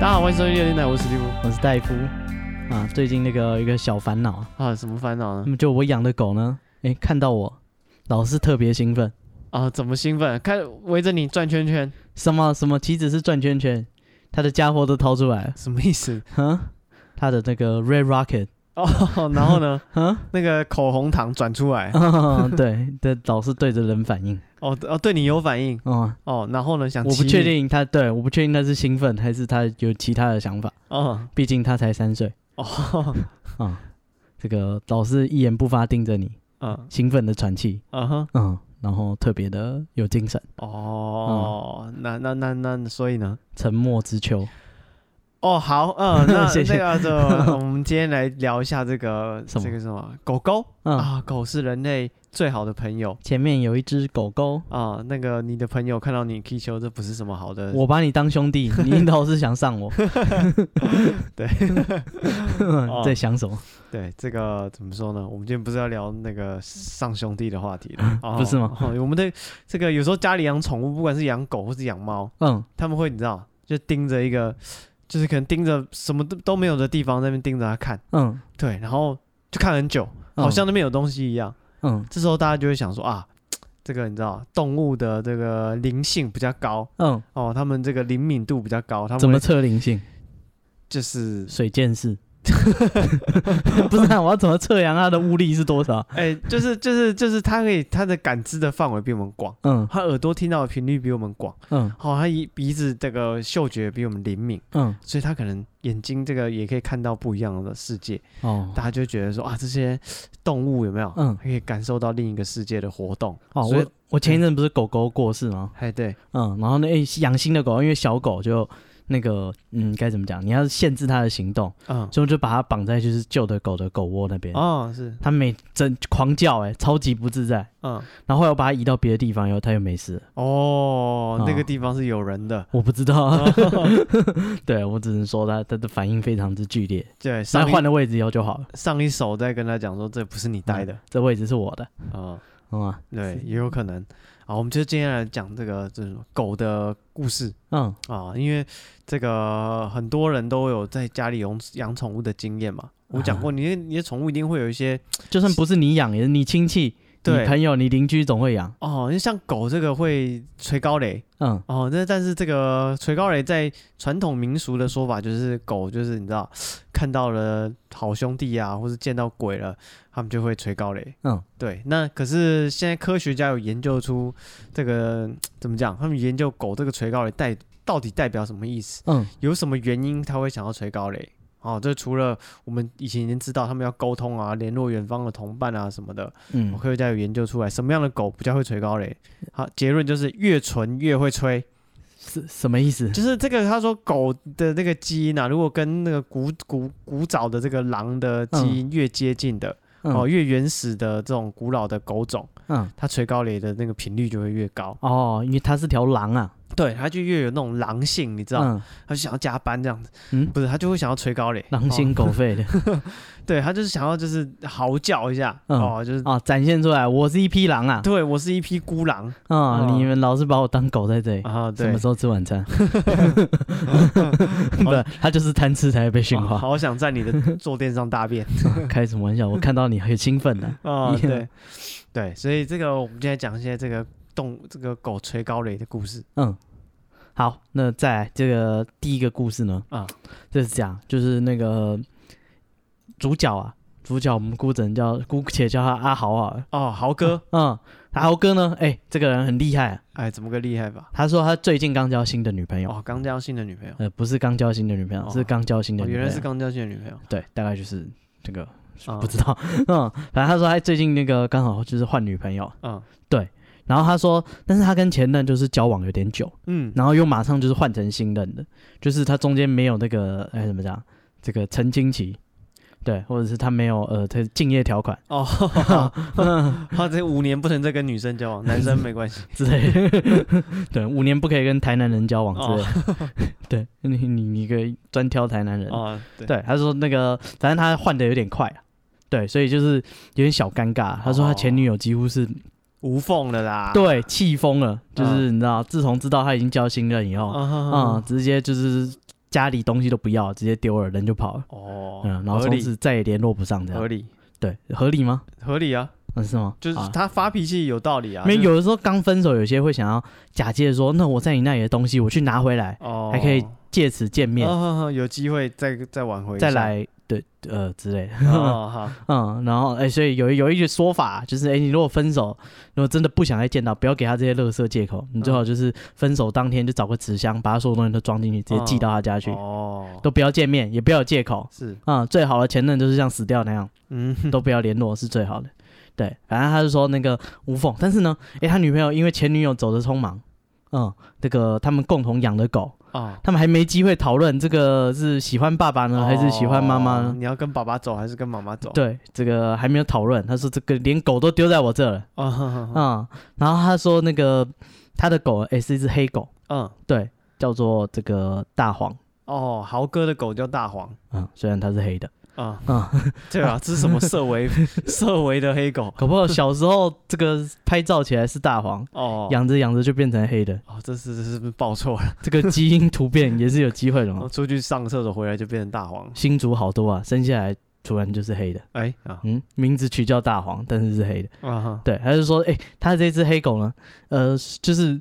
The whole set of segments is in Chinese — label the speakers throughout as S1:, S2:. S1: 欢迎收听夜电台，我是史蒂夫
S2: 我是戴夫啊。最近那个有一个小烦恼啊，
S1: 啊，什么烦恼
S2: 那
S1: 呢？
S2: 么就我养的狗呢，诶，看到我老是特别兴奋，
S1: 啊，怎么兴奋？看围着你转圈圈，
S2: 什么什么岂止是转圈圈，它的家伙都掏出来了，
S1: 什么意思？
S2: 哼，它的那个 Red Rocket，
S1: 哦，然后呢？
S2: 哼，
S1: 那个口红糖转出来，
S2: 哦、 对，对，老是对着人反应，
S1: 哦哦，对你有反应
S2: 哦、
S1: 哦，然后呢？想
S2: 我不
S1: 骑
S2: 确
S1: 你，
S2: 定它，对，我不确定它是兴奋还是它有其他的想法，
S1: 哦
S2: 毕竟它才三岁
S1: 哦，
S2: 啊、这个老是一言不发盯着你，
S1: 嗯
S2: 兴奋的喘气，
S1: 嗯哼，
S2: 嗯，然后特别的有精神，
S1: 哦，那那那那，所以呢？
S2: 沉默之秋。
S1: 哦，好， 嗯，那
S2: 谢谢
S1: 那个就我们今天来聊一下这个
S2: 什么
S1: 这个什么狗狗、
S2: 嗯
S1: 啊，狗是人类最好的朋友
S2: 前面有一只狗狗，
S1: 啊。那个你的朋友看到你踢球，这不是什么好的，
S2: 我把你当 兄弟，你老是想上我，
S1: 对 哦
S2: 你在想什么？
S1: 对这个怎么说呢？我们今天不是要聊那个上兄弟的话题 了，哦
S2: 不是吗
S1: 哦我们的这个有时候家里养宠物，不管是养狗或是养猫，
S2: 嗯，
S1: 他们会你知道，就盯着一个，就是可能盯着什么都都没有的地方在那边盯着它看，
S2: 嗯，
S1: 对，然后就看很久，
S2: 嗯
S1: 好像那边有东西一样。
S2: 嗯
S1: 这时候大家就会想说啊，这个你知道，动物的这个灵性比较高
S2: 嗯，
S1: 哦，它们这个灵敏度比较高，它们
S2: 怎么
S1: 会
S2: 测灵性？
S1: 就是
S2: 水 见识。 不是、啊，我要怎么测量它的物力是多少？
S1: 哎、就是就是就是它可以它的感知的范围比我们广，
S2: 嗯
S1: 它耳朵听到的频率比我们广，
S2: 嗯
S1: 好、哦，它一鼻子这个嗅觉比我们灵敏，
S2: 嗯，
S1: 所以它可能眼睛这个也可以看到不一样的世界，
S2: 哦
S1: 大家就觉得说啊，这些动物有没有？
S2: 嗯
S1: 可以感受到另一个世界的活动
S2: 哦，
S1: 所以
S2: 我我前一阵不是狗狗过世吗？
S1: 哎，对，
S2: 嗯，然后那诶养新的狗，因为小狗就那个嗯该怎么讲？你要限制它的行动，
S1: 嗯，
S2: 所以我就把它绑在就是旧的狗的狗窝那边。
S1: 哦，是，
S2: 它每整狂叫、欸，超级不自在。
S1: 嗯，
S2: 然后后来我把它移到别的地方以后，它又没事 了。
S1: 哦，那个
S2: 哦
S1: 地方是有人 的，
S2: 我不知道啊，对我只能说它它的反应非常之剧烈。
S1: 对，
S2: 那
S1: 上一
S2: 换了位置以后就好了，
S1: 上一手再跟他讲说这不是你带的
S2: 这位置是我的，
S1: 啊、
S2: 好吗？
S1: 对，也有可能。好，我们就今天来讲这个这种狗的故事
S2: 嗯
S1: 啊，因为这个很多人都有在家里养养宠物的经验嘛。我讲过，你的你的宠物一定会有一些
S2: 就算不是你养，也是你亲戚、你
S1: 对
S2: 朋友、你邻居总会养。
S1: 哦，因为像狗这个会吹高雷
S2: 嗯
S1: 哦，那但是这个吹高雷在传统民俗的说法就是狗就是你知道看到了好兄弟啊，或是见到鬼了，他们就会吹高雷。
S2: 嗯
S1: 对，那可是现在科学家有研究出这个怎么讲？他们研究狗这个垂高雷代到底代表什么意思？
S2: 嗯
S1: 有什么原因他会想要垂高雷？哦，这除了我们以前已经知道他们要沟通啊、联络远方的同伴啊什么的，
S2: 嗯，
S1: 科学家有研究出来什么样的狗比较会垂高雷。好，结论就是越纯越会吹，
S2: 是什么意思？
S1: 就是这个他说狗的那个基因啊，如果跟那个古古古早的这个狼的基因越接近的、哦，
S2: 嗯
S1: 越原始的这种古老的狗种。
S2: 嗯
S1: 它垂高雷的那个频率就会越高，
S2: 哦，因为它是条狼啊，
S1: 对，它就越有那种狼性，你知道，
S2: 嗯，
S1: 它就想要加班这样子，
S2: 嗯
S1: 不是，它就会想要垂高雷，
S2: 狼
S1: 哦
S2: 心狗肺的
S1: 对，它就是想要就是嚎叫一下，
S2: 嗯
S1: 哦，就是
S2: 啊，展现出来我是一匹狼啊，
S1: 对我是一匹孤狼
S2: 啊，
S1: 哦
S2: 你们老是把我当狗在这里。
S1: 啊，
S2: 哎什
S1: 对
S2: 么，时候吃 晚餐？不，他就是贪吃才会被驯
S1: 哦
S2: 化。
S1: 好想在你 的坐垫上大便
S2: 开什么玩笑？我看到你很兴 奋的。
S1: 啊，
S2: Yeah
S1: 对，对，所以这个我们今天讲一些这个动这个狗垂高雷的故事，
S2: 嗯，好，那再来这个第一个故事呢？
S1: 啊，
S2: 这是讲就是那个主角啊，主角我们姑整叫姑且叫他阿豪啊。
S1: 哦，豪哥，
S2: 嗯，阿豪哥呢？哎、这个人很厉害、啊。
S1: 哎，怎么个厉害法？
S2: 他说他最近刚交新的女朋友，
S1: 哦，刚交新的女朋友，
S2: 呃，不是刚交新的女朋友，
S1: 哦
S2: 是刚交新的
S1: 哦，
S2: 女朋友。
S1: 原来是刚交新的女朋友，
S2: 对，大概就是这个
S1: 啊
S2: 不知道， 嗯，反正他说他最近那个刚好就是换女朋友，
S1: 嗯
S2: 然后他说，但是他跟前任就是交往有点久，
S1: 嗯，
S2: 然后又马上就是换成新任的，就是他中间没有那个哎怎么讲，这个澄清期，对，或者是他没有呃他敬业条款
S1: 哦， 他这五年不能再跟女生交往，男生没关 系。
S2: 之类的， 对，五年不可以跟台南人交往之类的，对你你你可以专挑台南人，
S1: 哦，对，
S2: 对，他说那个，反正他换的有点快啊，对，所以就是有点小尴
S1: 哦
S2: 尬。啊他说他前女友几乎是、
S1: 无缝的啦。
S2: 对
S1: 嗯
S2: 气疯了，就是你知道，自从知道他已经交新任以后，嗯
S1: 啊，
S2: 啊、直接就是家里东西都不要，直接丢了，人就跑了。
S1: 哦，
S2: 嗯，然后
S1: 合
S2: 从
S1: 理
S2: 此再也联络不上这
S1: 合
S2: 样。
S1: 理
S2: 对，合理吗？
S1: 合理啊，
S2: 嗯，是吗？
S1: 就是
S2: 啊
S1: 他发脾气有道理啊，
S2: 没
S1: 就
S2: 有
S1: 是
S2: 有的时候刚分手，有些会想要假借说，那我在你那里的东西，我去拿回来，
S1: 哦，
S2: 还可以借此见面，
S1: 哦，有机会再再挽回一
S2: 再
S1: 下
S2: 来对呃之类的。
S1: 哦，好，
S2: 嗯，然后哎、所以有一有一句说法就是，哎、你如果分手，如果真的不想再见到，不要给他这些垃圾借口，你
S1: 嗯
S2: 最好就是分手当天就找个纸箱，把他所有东西都装进去，直接寄到他家去，
S1: 嗯哦，
S2: 都不要见面，也不要有借口。
S1: 是，
S2: 啊、最好的前任就是像死掉那样，
S1: 嗯，
S2: 都不要联络是最好的。对，反正他就说那个无缝，但是呢，哎、他女朋友因为前女友走得匆忙，嗯，这个他们共同养的狗，
S1: 哦，
S2: 他们还没机会讨论这个是喜欢爸爸呢，嗯还是喜欢妈妈呢
S1: 哦？你要跟爸爸走还是跟妈妈走？，
S2: 对，这个还没有讨论。他说这个连狗都丢在我这了
S1: 嗯
S2: 啊、嗯然后他说那个他的狗诶、是一只黑狗，
S1: 嗯，
S2: 对，叫做这个大黄，
S1: 哦，豪哥的狗叫大黄
S2: 嗯，虽然它是黑的，
S1: 啊，
S2: 嗯，
S1: 对啊，这是什么色违 色违的黑狗？
S2: 搞不好小时候这个拍照起来是大黄，
S1: 哦，
S2: 养着养着就变成黑的，
S1: 哦，这是这是不是报错了？
S2: 这个基因突变也是有机会的
S1: 我
S2: 嘛。
S1: 出去上厕所回来就变成大黄，
S2: 新竹好多啊，生下来突然就是黑的，
S1: 哎啊
S2: 嗯，名字取叫大黄，但是是黑的。
S1: 啊 哈，
S2: 对，他就说，哎、他这只黑狗呢，呃，就是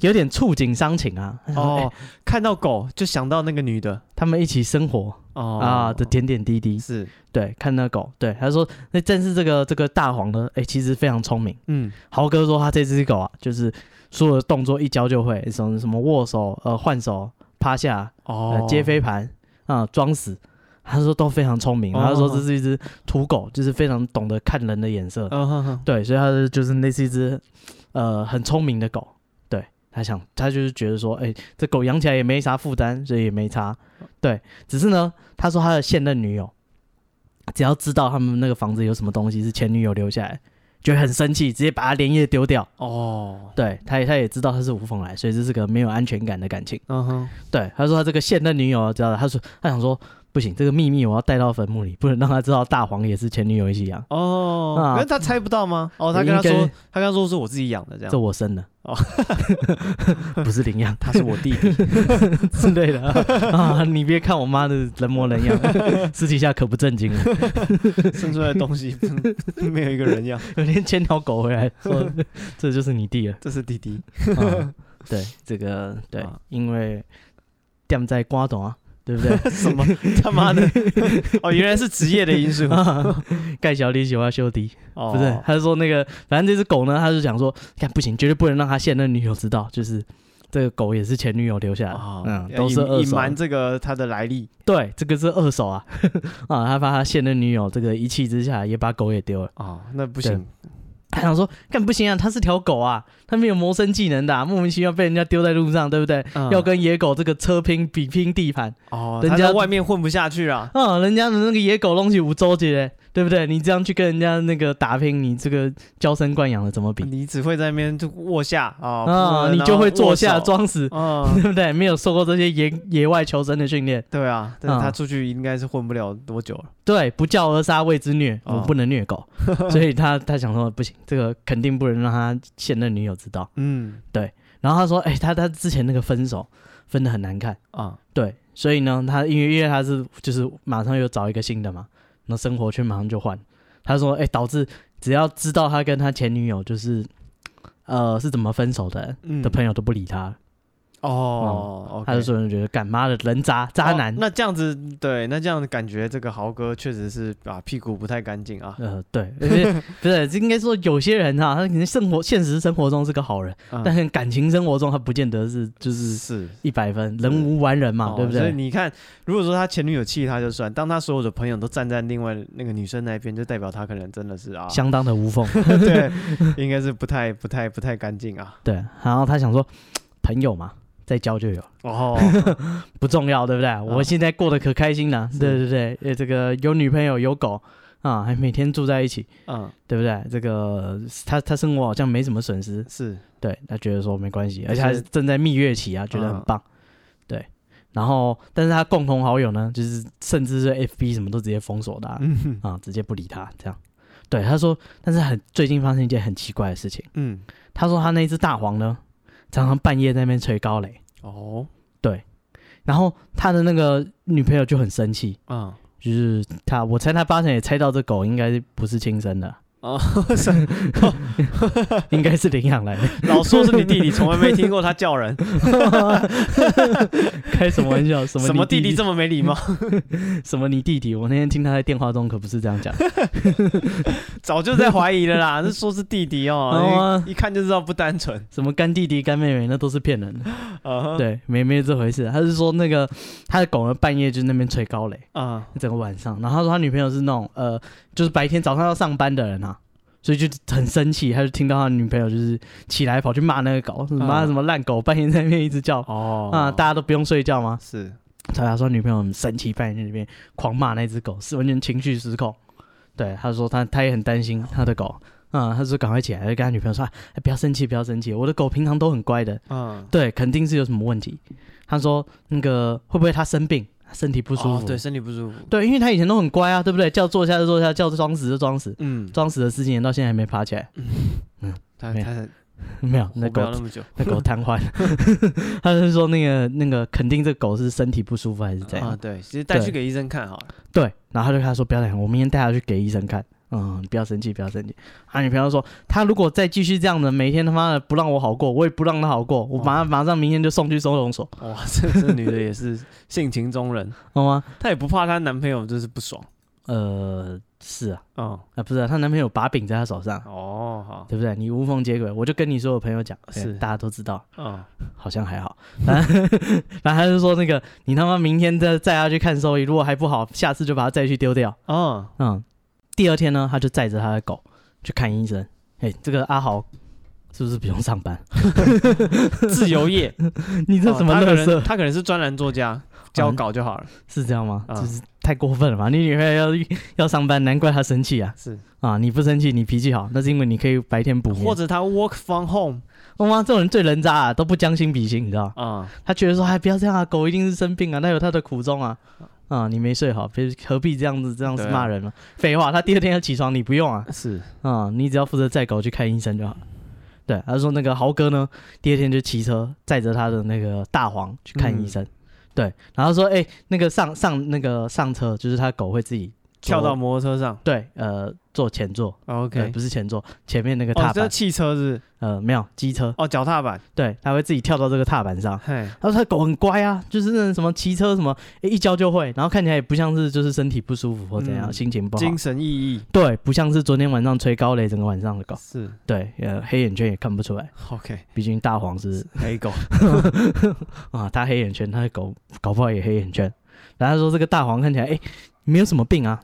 S2: 有点触景伤情啊。他想说
S1: 哦，看到狗就想到那个女的
S2: 他们一起生活
S1: 哦
S2: 啊的点点滴滴，
S1: 是，
S2: 对，看那狗，对，他说那正是这个这个大黄呢，哎，其实非常聪明。
S1: 嗯
S2: 豪哥说他这只狗啊，就是所有的动作一教就会，什么什么握手、呃换手、趴下、
S1: 哦
S2: 呃，接飞盘啊、装死，他说都非常聪明。
S1: 哦
S2: 他说这是一只土狗，就是非常懂得看人的眼色，
S1: 嗯哼哼
S2: 对，所以他是就是类似一只呃很聪明的狗，对他想他就是觉得说，哎、这狗养起来也没啥负担，所以也没差。对，只是呢，他说他的现任女友只要知道他们那个房子有什么东西是前女友留下来，就会很生气，直接把它连夜丢掉。
S1: 哦，
S2: 对，他也他也知道他是无缝来，所以这是个没有安全感的感情。
S1: 嗯哼，
S2: 对，他说他这个现任女友知道了，他说他想说不行，这个秘密我要带到坟墓里，不能让他知道大黄也是前女友一起养，
S1: 哦，
S2: 啊
S1: 可是他猜不到吗？哦，他跟他
S2: 应该
S1: 说，他跟他说是我自己养的，这
S2: 这
S1: 样，
S2: 我生的
S1: 哦
S2: 哦，不是 领养。
S1: 他是我弟 弟。
S2: 之类的 啊啊！你别看我妈的人模人样， 私底下可不正 经了，
S1: 生出来的东西没有一个人样，
S2: 有天牵条狗回来 说这就是你弟了。
S1: 这是弟弟。
S2: 啊对，这个对
S1: 啊，
S2: 因为店在瓜董啊，对不对？
S1: 什么 他 妈的？ 哦，原来是职业的因素。
S2: 啊盖小李喜欢修迪，
S1: 哦，
S2: 不是？他就说那个，反正这只狗呢，他就想说，看不行，绝对不能让他现任女友知道，就是这个狗也是前女友留下的
S1: 哦，，
S2: 嗯，
S1: 要
S2: 都是
S1: 隐
S2: 二
S1: 隐
S2: 手的。
S1: 瞒这个他的来历。
S2: 对，这个是二手啊， 啊，他怕他现任女友这个一气之下也把狗也丢了。
S1: 哦，那不行。
S2: 他想说，干不行啊，它是条狗啊，它没有谋生技能的、啊，莫名其妙被人家丢在路上，对不对？
S1: 嗯
S2: 要跟野狗这个车拼比拼地盘，
S1: 哦，
S2: 人
S1: 他
S2: 家
S1: 在外面混不下去啊。
S2: 啊、人家的那个野狗东西无周杰，对不对？你这样去跟人家那个打拼，你这个娇生惯养的怎么比
S1: 你只会在那边就卧下啊，
S2: 啊、
S1: 扑
S2: 你就会坐下。
S1: 然后握手
S2: 装死，
S1: 哦，
S2: 对不对？没有受过这些野野外求生的训练，
S1: 对啊，但是
S2: 嗯
S1: 他出去应该是混不了多久了。
S2: 对，不教而杀谓之虐，
S1: 哦
S2: 我不能虐狗， 所以他他想说不行，这个肯定不能让他现任女友知道。
S1: 嗯
S2: 然后他说，哎、他他之前那个分手分的很难看。
S1: 啊，
S2: 对，所以呢，他因为因为他是就是马上又找一个新的嘛，那生活圈马上就换。他说，哎、导致只要知道他跟他前女友就是呃是怎么分手的
S1: 嗯
S2: 的朋友都不理他了，
S1: 哦，
S2: 他就
S1: OK
S2: 说觉得干妈的人渣渣男。
S1: 哦那这样子，对，那这样感觉这个豪哥确实是啊屁股不太干净啊。
S2: 呃，对，而且不是，应该说有些人啊，他可能生活现实生活中是个好人，
S1: 嗯
S2: 但是感情生活中他不见得是就是
S1: 是
S2: 一百分，人无完人嘛，
S1: 哦
S2: 对不
S1: 所以
S2: 对？
S1: 你看，如果说他前女友气他就算，当他所有的朋友都站在另外那个女生那边，就代表他可能真的是啊，
S2: 相当的无缝。
S1: 对，应该是不太不太不太干净 啊。
S2: 对，然后他想说，朋友嘛，再交就有。
S1: 哦，
S2: 不重要，对不对？我现在过得可开心了，
S1: 嗯是
S2: 对对对，呃，这个有女朋友有狗啊，还每天住在一起，
S1: 嗯，
S2: 对不对？这个他他生活好像没什么损失，
S1: 是
S2: 对他觉得说没关系，而且
S1: 而
S2: 他
S1: 且
S2: 正在蜜月期啊，觉得很
S1: 嗯
S2: 棒，对。然后，但是他共同好友呢，就是甚至是 FB 什么都直接封锁他啊,、
S1: 嗯
S2: 直接不理他这样。对，他说，但是很最近发生一件很奇怪的事情，
S1: 嗯，
S2: 他说他那只大黄呢，常常半夜在那边吹高雷，
S1: 哦，
S2: 然后他的那个女朋友就很生气，
S1: 嗯，
S2: 就是他，我猜他八成也猜到这狗应该不是亲生的，
S1: 哦，是
S2: 应该是领养来的。
S1: 老说是你弟弟，从来没听过他叫 人，
S2: 开什么玩 笑？什么
S1: 什么
S2: 你弟
S1: 弟弟这么没 礼貌，
S2: 什么你弟弟？我那天听他在电话中可不是这样讲。
S1: 早就在怀疑了啦，这说是弟弟
S2: 哦
S1: 哦
S2: 啊，
S1: 一一看就知道不单纯。Uh-huh，
S2: 什么干弟弟、干妹妹，那都是骗人的。
S1: 对，
S2: 对，没没这回事。他是说那个他的狗呢，半夜就那边吹高雷，
S1: 嗯，
S2: 整个晚上。然后他说他女朋友是那种呃，就是白天早上要上班的人啊，所以就很生气。他就听到他女朋友就是起来跑去骂那个狗，说妈
S1: 嗯
S2: 什么烂狗，半夜在那边一直叫
S1: 哦
S2: 啊，大家都不用睡觉吗？
S1: 是，
S2: 所以他说他女朋友很生气，半夜在那边狂骂那只狗，是完全情绪失控。对，他说他他也很担心他的狗。啊、他说赶快起来，就跟他女朋友说：“哎，不要生气，不要生气，我的狗平常都很乖的，
S1: 嗯，
S2: 对，肯定是有什么问题。他说那个会不会他生病，他身体不
S1: 不
S2: 舒服？
S1: 哦对，身体不舒服，
S2: 对因为他以前都很乖啊，对不对？叫坐下就坐下，叫装死就装死，
S1: 嗯，
S2: 装死的事情到现在还没爬起来，
S1: 他
S2: 没
S1: 他才
S2: 没有，那
S1: 活不了
S2: 狗
S1: 那么久，
S2: 那狗瘫痪。 他就说那个那个肯定这狗是身体不舒服还是怎样？
S1: 啊，对，其实带
S2: 对
S1: 去给医生看好了，
S2: 对，然后他就跟他说不要这样，我明天带他去给医生看。嗯，不要生气，不要生气。他女朋友说，他如果再继续这样的，每天他妈的不让我好过，我也不让他好过，我马上、马上明天就送去收容所，
S1: 哇，这这女的也是性情中人，
S2: 好吗？
S1: 她也不怕她男朋友就是不爽，
S2: 呃，是啊，
S1: 嗯，
S2: 啊，不是、啊，她男朋友有把柄在她手上，
S1: 哦，好，
S2: 对不对？你无缝接轨，我就跟你所有朋友讲，
S1: 是
S2: 对大家都知道，
S1: 嗯，
S2: 好像还好。然 后然后他就说那个，你他妈明天再载他去看兽医，如果还不好，下次就把他再去丢掉。
S1: 哦，
S2: 嗯，第二天呢，他就载着他的狗去看医生。哎，这个阿豪是不是不用 上班？
S1: 自由业，
S2: 你 这
S1: 哦
S2: 什么
S1: 她
S2: 乐
S1: 可能
S2: 色？
S1: 她可能是专栏作家，交稿就好了，
S2: 是这样吗？
S1: 啊
S2: 就是太过分了吧？你女朋友要要上班，难怪她生气啊！
S1: 是，
S2: 啊，你不生气，你脾气好，那是因为你可以白天补眠。
S1: 或者她 work from home
S2: 我妈这种人最人渣啊，都不将心比心，你知道？
S1: 啊，
S2: 她觉得说，哎，不要这样啊，狗一定是生病啊，它有它的苦衷啊。啊，你没睡好，别何必这样子，这样子
S1: 对啊
S2: 骂人嘛、废话，他第二天要起床，你不用啊，
S1: 是，
S2: 啊，你只要负责载狗去看医生就好。对，他说那个豪哥呢，第二天就骑车载着他的那个大黄去看医生。
S1: 嗯
S2: 对，然后说，哎、那个上上那个上车，就是他狗会自己
S1: 跳到
S2: 坐
S1: 摩托车上
S2: 对，呃，坐前座，呃，
S1: ，OK，
S2: 不是前座，前面那个
S1: 哦
S2: 踏，
S1: 这
S2: 板，
S1: 是汽车是不是，
S2: 呃，没有机车，
S1: 哦，脚踏板，
S2: 对，他会自己跳到这个踏板上，
S1: 嘿，
S2: 他说他狗很乖啊，就是那种什么骑车什么，诶一教就会，然后看起来也不像是就是身体不舒服或怎样，
S1: 嗯
S2: 心情不好
S1: 精。神奕奕，
S2: 对，不像是昨天晚上吹高雷整个晚上的狗。
S1: 是
S2: 对，呃，黑眼圈也看不出来，
S1: ，OK，
S2: 毕竟大黄是
S1: 黑 狗，
S2: 啊，他黑眼圈，他的狗搞不好也黑眼圈。然后他说这个大黄看起来诶没有什么病啊，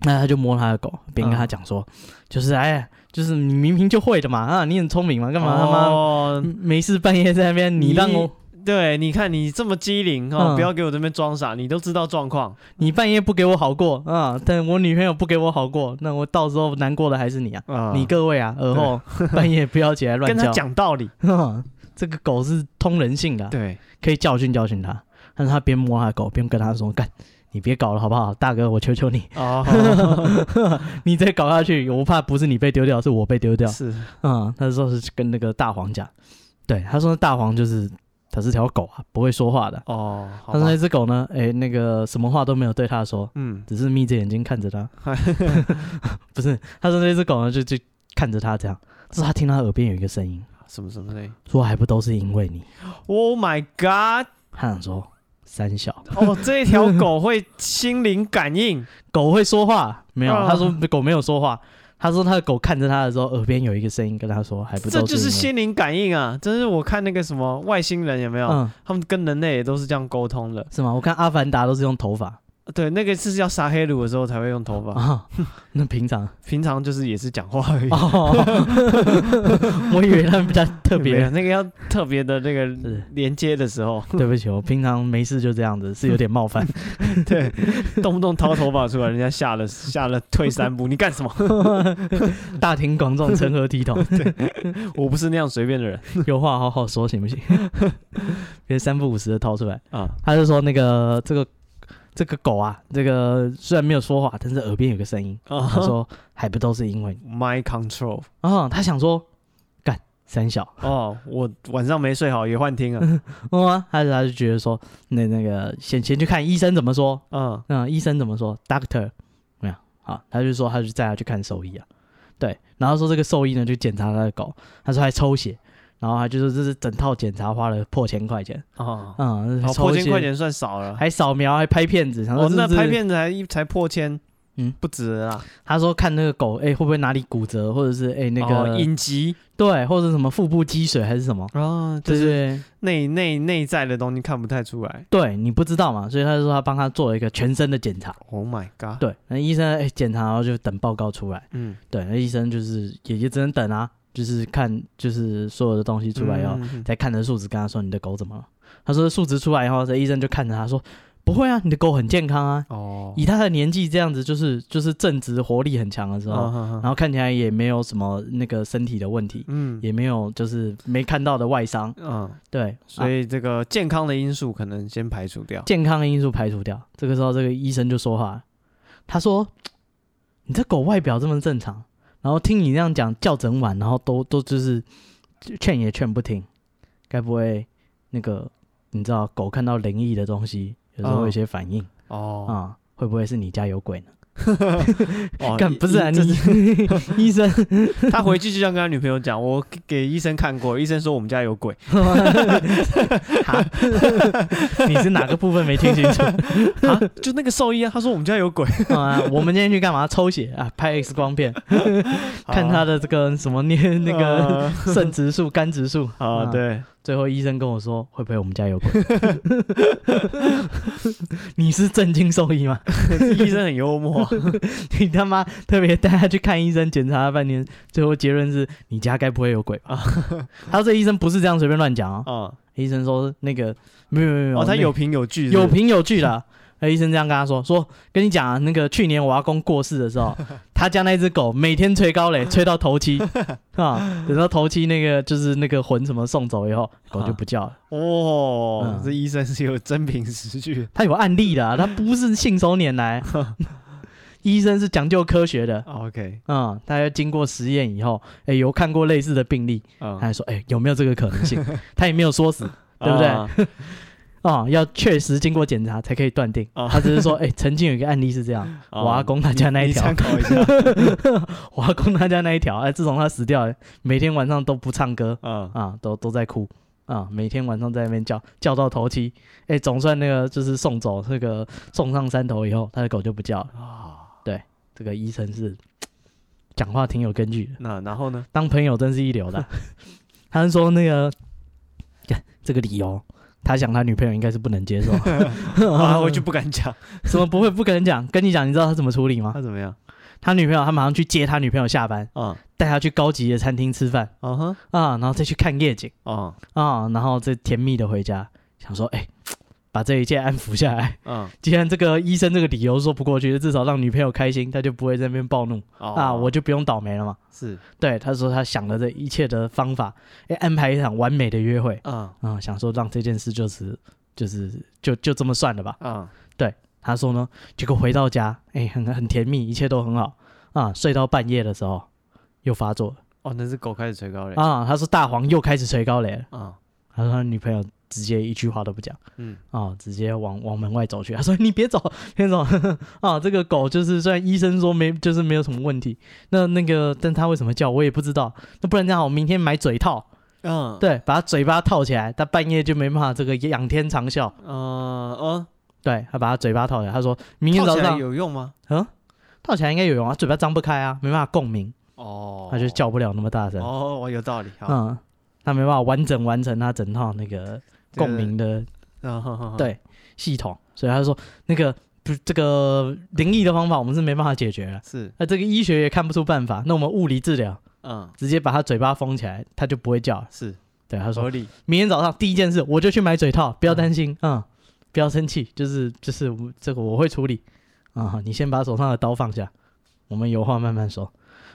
S2: 那他就摸他的狗，并跟他讲说，
S1: 嗯
S2: 就是哎呀，就是你明明就会的嘛，啊，你很聪明嘛，干嘛他妈、
S1: 哦
S2: 没事半夜在那边你让我。
S1: 对，你看你这么机灵哦，
S2: 嗯
S1: 不要给我这边装傻，你都知道状况。
S2: 你半夜不给我好过啊，但我女朋友不给我好过，那我到时候难过的还是你啊！
S1: 啊
S2: 你各位啊，而后半夜不要起来乱
S1: 跟
S2: 叫。
S1: 他讲道理，
S2: 讲，这个狗是通人性的啊、
S1: 对，
S2: 可以教训教训它。但是他边摸他的狗边跟他说：“干，你别搞了好不好，大哥，我求 求你，
S1: 哦，
S2: 你再搞下去，我怕不是你被丢掉，是我被 丢掉。
S1: 是，”
S2: 嗯，他说是跟那个大黄讲，对，他说大黄就是它是条狗啊，不会说话的。
S1: 哦，好
S2: 他说
S1: 吧
S2: 那只狗呢，哎，那个什么话都没有对它说，
S1: 嗯，
S2: 只是眯着眼睛看 着他， 不是，他说那只狗呢就就看着他这样，是他听他耳边有一个声音，
S1: 什么什么的
S2: 说还不都是因为你，
S1: ，Oh my God，
S2: 他想说三小
S1: 哦，这条狗会心灵感应，
S2: 狗会说话没有？
S1: 啊
S2: 他说狗没有说话，他说他的狗看着他的时候，耳边有一个声音跟他说还不
S1: 这
S2: 都
S1: 就是
S2: 因为
S1: 心灵感应啊！真是我看那个什么外星人有没
S2: 你
S1: 有，
S2: 嗯
S1: 他们跟人类也都是这样沟通的。
S2: 是吗？我看阿凡达都是用头发
S1: 对，那个是要杀黑奴的时候才会用头发，
S2: 啊， 那平常
S1: 平常就是也是讲话而已。
S2: 哦， 我以为他们比较特
S1: 没有
S2: 别，
S1: 那个要特别的那个
S2: 是
S1: 连接的时 候，
S2: 对不起，我平常没事就这样子，是有点 冒犯。
S1: 对，动不动掏头发出来，人家吓 了吓了退三步，你干什么？
S2: 大庭广众，成何体统？
S1: 我不是那样随便的人
S2: 有话好好说，行不行？ 别三不五时的掏出来。
S1: 啊。
S2: 他就说那个这个这个狗啊，这个虽然没有说话，但是耳边有个声音，
S1: 啊
S2: 他说还不都是因为你
S1: ，My control，
S2: 啊、他想说，干三小，
S1: 哦，我晚上没睡好也幻听 了。
S2: 嗯啊，他就他就觉得说，那那个先先去看医生怎么说，
S1: 嗯，
S2: 嗯，医生怎么说？Doctor，没有好，他就说他就带他去看兽医啊，对，然后说这个兽医呢就检查他的狗，他说还抽血，然后他就说这是整套检查花了破千块钱，
S1: 哦，
S2: 嗯，
S1: 好，
S2: 抽
S1: 破千
S2: 血
S1: 块钱算少了。
S2: 还扫描还拍片子，然后、
S1: 哦，那拍，片子还一才破千，
S2: 嗯
S1: 不止啊了啦。
S2: 他说看那个狗哎、会不会哪里骨折，或者是哎、那个、
S1: 哦影集
S2: 对，或者什么腹部积水还是什么，
S1: 哦，就
S2: 啊对
S1: 是
S2: 对
S1: 内内内在的东西看不太出来。
S2: 对，你不知道嘛，所以他就说他帮他做了一个全身的检查。
S1: Oh my god！
S2: 对，那医生哎检查，然后就等报告出来。
S1: 嗯，
S2: 对，那医生就是也也只能等啊，就是看就是所有的东西出来以后，哦
S1: 嗯，嗯嗯
S2: 才看着数值跟他说你的狗怎么了。他说数值出来以后，这医生就看着他说不会啊，你的狗很健康啊，
S1: 哦，
S2: 以他的年纪这样子就是就是正直活力很强的时候，
S1: 嗯
S2: 哦然后看起来也没有什么那个身体的问题，
S1: 嗯
S2: 也没有就是没看到的外伤。
S1: 嗯，
S2: 对，
S1: 所
S2: 啊
S1: 以这个健康的因素可能先排除掉。
S2: 健康的因素排除掉。这个时候，这个医生就说话了，他说：“你这狗外表这么正常，然后听你那样讲叫整晚，然后都都就是劝也劝不听，该不会那个你知道狗看到灵异的东西，有时候
S1: 嗯
S2: 会有一些反应啊、
S1: 哦
S2: 会不会是你家有鬼呢？
S1: 哦，
S2: 干、不是啊，
S1: 医
S2: 你
S1: 这
S2: 医生，
S1: 他回去就像跟他女朋友讲，我给给医生看过，医生说我们家有 鬼。
S2: 哈你是哪个部分没听清楚？
S1: 啊，就那个兽医啊，他说我们家有鬼，
S2: 啊，我们今天去干嘛？抽血啊，拍 X 光片，
S1: 啊
S2: 看他的这个什么捏 那个
S1: 个
S2: 肾植树、肝植树。
S1: 啊，
S2: 嗯
S1: 对，
S2: 最后医生跟我说，会不会我们 家有鬼？ 你是正经兽医吗？
S1: 医生很幽默，
S2: 你他妈特别带他去看医生，检查了半天，最后结论是你家该不会有鬼吧？ 他说这医生不是这样随便乱讲哦。
S1: 啊，
S2: 医生说那个没有没有没有，
S1: 哦，他
S2: 那
S1: 有凭有据，
S2: 有凭有据的。 那医生这样跟他说：“说跟你讲啊，那个去年我阿公过世的时候，他家那只狗每天吹高垒，吹到头七啊，等到头七那个就是那个魂什么送走以后，狗就不叫了。
S1: 哦
S2: 嗯，
S1: 这医生是有真凭实据
S2: 他有案例的、啊，他不是信手拈来。医生是讲究科学的，
S1: 啊，OK，
S2: 嗯，他要经过实验以后，哎，有看过类似的病例，
S1: 嗯
S2: 他，还说，哎，有没有这个可能性？他也没有说死，对不对
S1: 啊？
S2: 啊、要确实经过检查才可以断定。
S1: 哦
S2: 他只是说，哎、曾经有一个案例是这样，
S1: 哦
S2: 我阿公他家那一
S1: 你
S2: 条
S1: 参，考一 下，
S2: 我阿公他家那一条，哎、 自从他死掉了，每天晚上都不唱歌
S1: 嗯，
S2: 啊，都都在哭啊，每天晚上在那边叫，叫到头七，哎、总算那个就是送走那个送上山头以后，他的狗就不叫了。
S1: 啊，
S2: 这个医生是讲话挺有根据的，
S1: 那然 后呢？
S2: 当朋友真是一流的。 他是说那个 干这个理由，他想他女朋友应该是不能接受。
S1: 啊，我就不敢讲，
S2: 什么不会不跟人讲？跟你讲，你知道他怎么处理吗
S1: 他？怎么样？
S2: 他女朋友，他马上去接他女朋友下班，
S1: 啊，
S2: 带他去高级的餐厅吃饭
S1: 啊哈，
S2: 啊，然后再去看夜景
S1: 啊，
S2: 啊，然后再甜蜜的回家，想说，哎、把这一切安抚下来。
S1: 嗯，
S2: 既然这个医生这个理由说不过去，至少让女朋友开心，他就不会在那边暴怒、
S1: 哦
S2: 啊，我就不用倒霉了嘛。
S1: 是，
S2: 对，他说他想了这一切的方法，哎，安排一场完美的约会
S1: 嗯，
S2: 啊、想说让这件事就此就是就就这么算了吧。
S1: 嗯，
S2: 他说呢，结果回到家，哎，很很甜蜜，一切都很好啊。睡到半夜的时候又发作了
S1: 哦，那只狗开始垂高了，
S2: 啊。他说大黄又开始捶高雷了。
S1: 啊，
S2: 他说他女朋友直接一句话都不讲
S1: 嗯，
S2: 啊，直接往往门外走去。他说你别走， 别走啊，这个狗就是虽然医生说没就是没有什么问题，那那个但他为什么叫我也不知道。那不然这样，我明天买嘴套，
S1: 嗯，
S2: 对，把他嘴巴套起来，他半夜就没办法这个仰天长啸。
S1: 嗯，哦，
S2: 对他把他嘴巴套起来，他说明天
S1: 泡
S2: 早
S1: 起来
S2: 上
S1: 有用吗？
S2: 套起来应该有用啊，嘴巴张不开啊，没办法共鸣，
S1: 哦，
S2: 他就叫不了那么大声。
S1: 哦，我有道理，好，
S2: 嗯，他没办法完整完成他整套那个
S1: 这个
S2: 共鸣的
S1: 嗯，哼哼哼
S2: 对系统，所以他说那个不这个灵异的方法我们是没办法解决了。
S1: 是，
S2: 那这个医学也看不出办法，那我们物理治疗
S1: 嗯，
S2: 直接把他嘴巴封起来，他就不会叫了。
S1: 是
S2: 对，他说
S1: 合理，
S2: 明天早上第一件事我就去买嘴套，不要
S1: 嗯
S2: 担心，嗯，不要生气，就是就是我这个我会处理，啊、你先把手上的刀放下，我们有话慢慢说。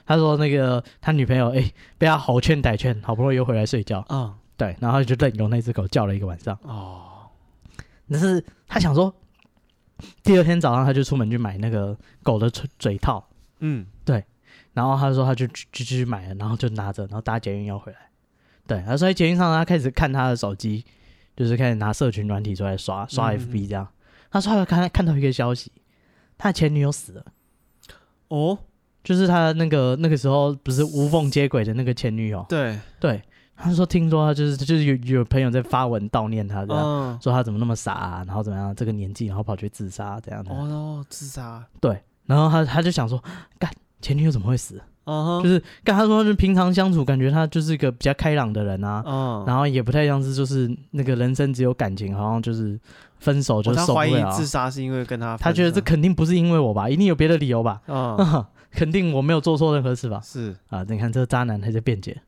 S2: 他说那个他女朋友哎、被他好劝歹劝，好不容易又回来睡觉，
S1: 嗯，
S2: 对，然后他就任由那只狗叫了一个晚上，
S1: 哦，
S2: 但是他想说，第二天早上他就出门去买那个狗的嘴嘴套，
S1: 嗯，
S2: 然后他说他就去去去买了，然后就拿着，然后搭捷运要回来，对，他说在捷运上，他开始看他的手机，就是开始拿社群软体出来刷刷
S1: 嗯
S2: FB 这样。他说他看看到一个消息，他的前女友死了，
S1: 哦，
S2: 就是他那个那个时候不是无缝接轨的那个前女友。
S1: 对，
S2: 对，他说听说他就是就是有有朋友在发文悼念他这样。
S1: 嗯，
S2: 说他怎么那么傻、啊，然后怎么样，这个年纪然后跑去自杀这样的，
S1: 哦哦，自杀，
S2: 然后他他就想说，干前女友怎么会死？
S1: 嗯哼，
S2: 就是跟他说，就是平常相处，感觉他就是一个比较开朗的人啊，
S1: 嗯，
S2: 然后也不太像是就是那个人生只有感情，好像就是分手就
S1: 哦他
S2: 受不
S1: 怀疑
S2: 了啊、
S1: 自杀是因为跟他分手，
S2: 他觉得这肯定不是因为我吧，一定有别的理由吧，
S1: 嗯
S2: 肯定我没有做错任何事吧？
S1: 是，
S2: 啊，你看这个渣男他在辩解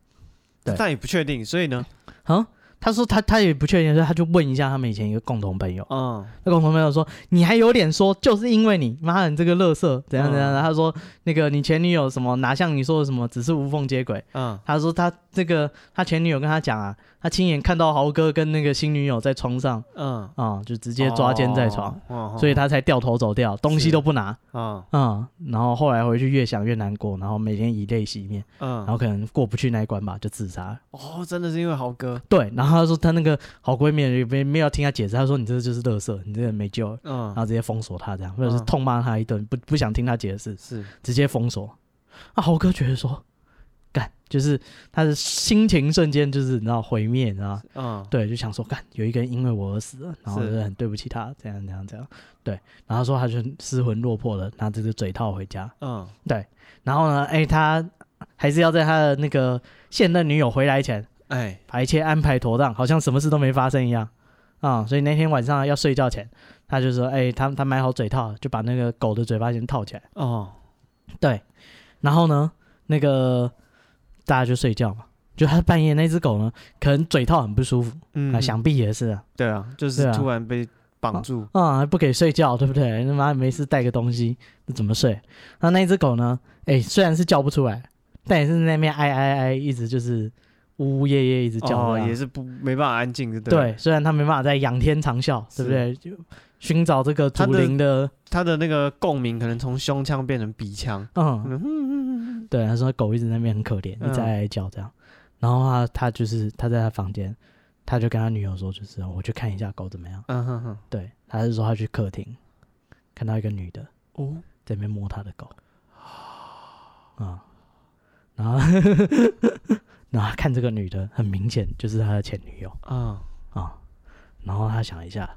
S2: 对
S1: 但也不确定，所以呢，
S2: 啊。他说他他也不确定，所以他就问一下他们以前一个共同朋友，
S1: 嗯，
S2: 那共同朋友说你还有脸说，就是因为你妈的你这个乐色怎样怎样的。
S1: 嗯
S2: 他说那个你前女友什么哪像你说的什么，只是无缝接轨。
S1: 嗯，
S2: 他说他这个他前女友跟他讲啊，他亲眼看到豪哥跟那个新女友在床上
S1: 嗯，
S2: 啊、就直接抓奸在床，
S1: 哦，
S2: 所以
S1: 他，
S2: 他才掉头走掉，东西都不拿
S1: 嗯
S2: 啊、嗯然后后来回去越想越难过，然后每天以泪洗面，然
S1: 嗯，
S2: 后可能过不去那一关吧，就自杀了。
S1: 哦，真的是因为豪哥，
S2: 对，然后他说他那个好闺蜜也没没有听他解释，他说你这个就是乐色，你这个没救了。
S1: 嗯
S2: 然，后直接封锁他这样，或者是
S1: 嗯
S2: 痛骂他一顿，不不想听他解释，
S1: 是，
S2: 直接封锁。啊，豪哥觉得说，干，就是他的心情瞬间就是你知道毁灭，你知道吗
S1: 嗯，
S2: 对，就想说干，有一个人因为我而死了，然后
S1: 是
S2: 就很对不起他，这样这样这样，对，然后他说他就失魂落魄了，拿这个嘴套回家，
S1: 嗯，
S2: 然后呢，哎，他还是要在他的那个现任女友回来前，
S1: 哎，
S2: 把一切安排妥当，好像什么事都没发生一样啊、所以那天晚上要睡觉前，他就说：“哎、他他买好嘴套，就把那个狗的嘴巴先套起来。
S1: 哦，”
S2: 对，然后呢，那个大家就睡觉嘛。就他半夜那只狗呢，可能嘴套很不舒服，
S1: 嗯
S2: 啊，想必也是啊，
S1: 对啊，就
S2: 对
S1: 是
S2: 啊
S1: 突然被绑住，
S2: 啊、不给睡觉，对不对？他妈没事带个东西，那怎么睡？那那只狗呢？哎、虽然是叫不出来，但也是在那边哎哎哎，一直就是呜呜咽咽，一直叫这
S1: 哦，
S2: 样。
S1: 也是不没办法安静的，
S2: 对，虽然他没办法在仰天长啸，对
S1: 是
S2: 不对？就寻找这个
S1: 他
S2: 竹
S1: 的
S2: 林的，
S1: 他的那个共鸣可能从胸腔变成鼻腔，
S2: 嗯，
S1: 嗯，
S2: 对，他说狗一直在那边很可怜，一直在
S1: 嗯
S2: 哀叫这样。然后他他就是他在他房间，他就跟他女友说，就是哦我去看一下狗怎么样。
S1: 嗯哼哼，
S2: 对，他是说他去客厅，看到一个女的
S1: 哦，
S2: 在那边摸他的狗，啊、然后 然后他看这个女的，很明显就是他的前女友。
S1: 啊，
S2: 啊、然后他想一下，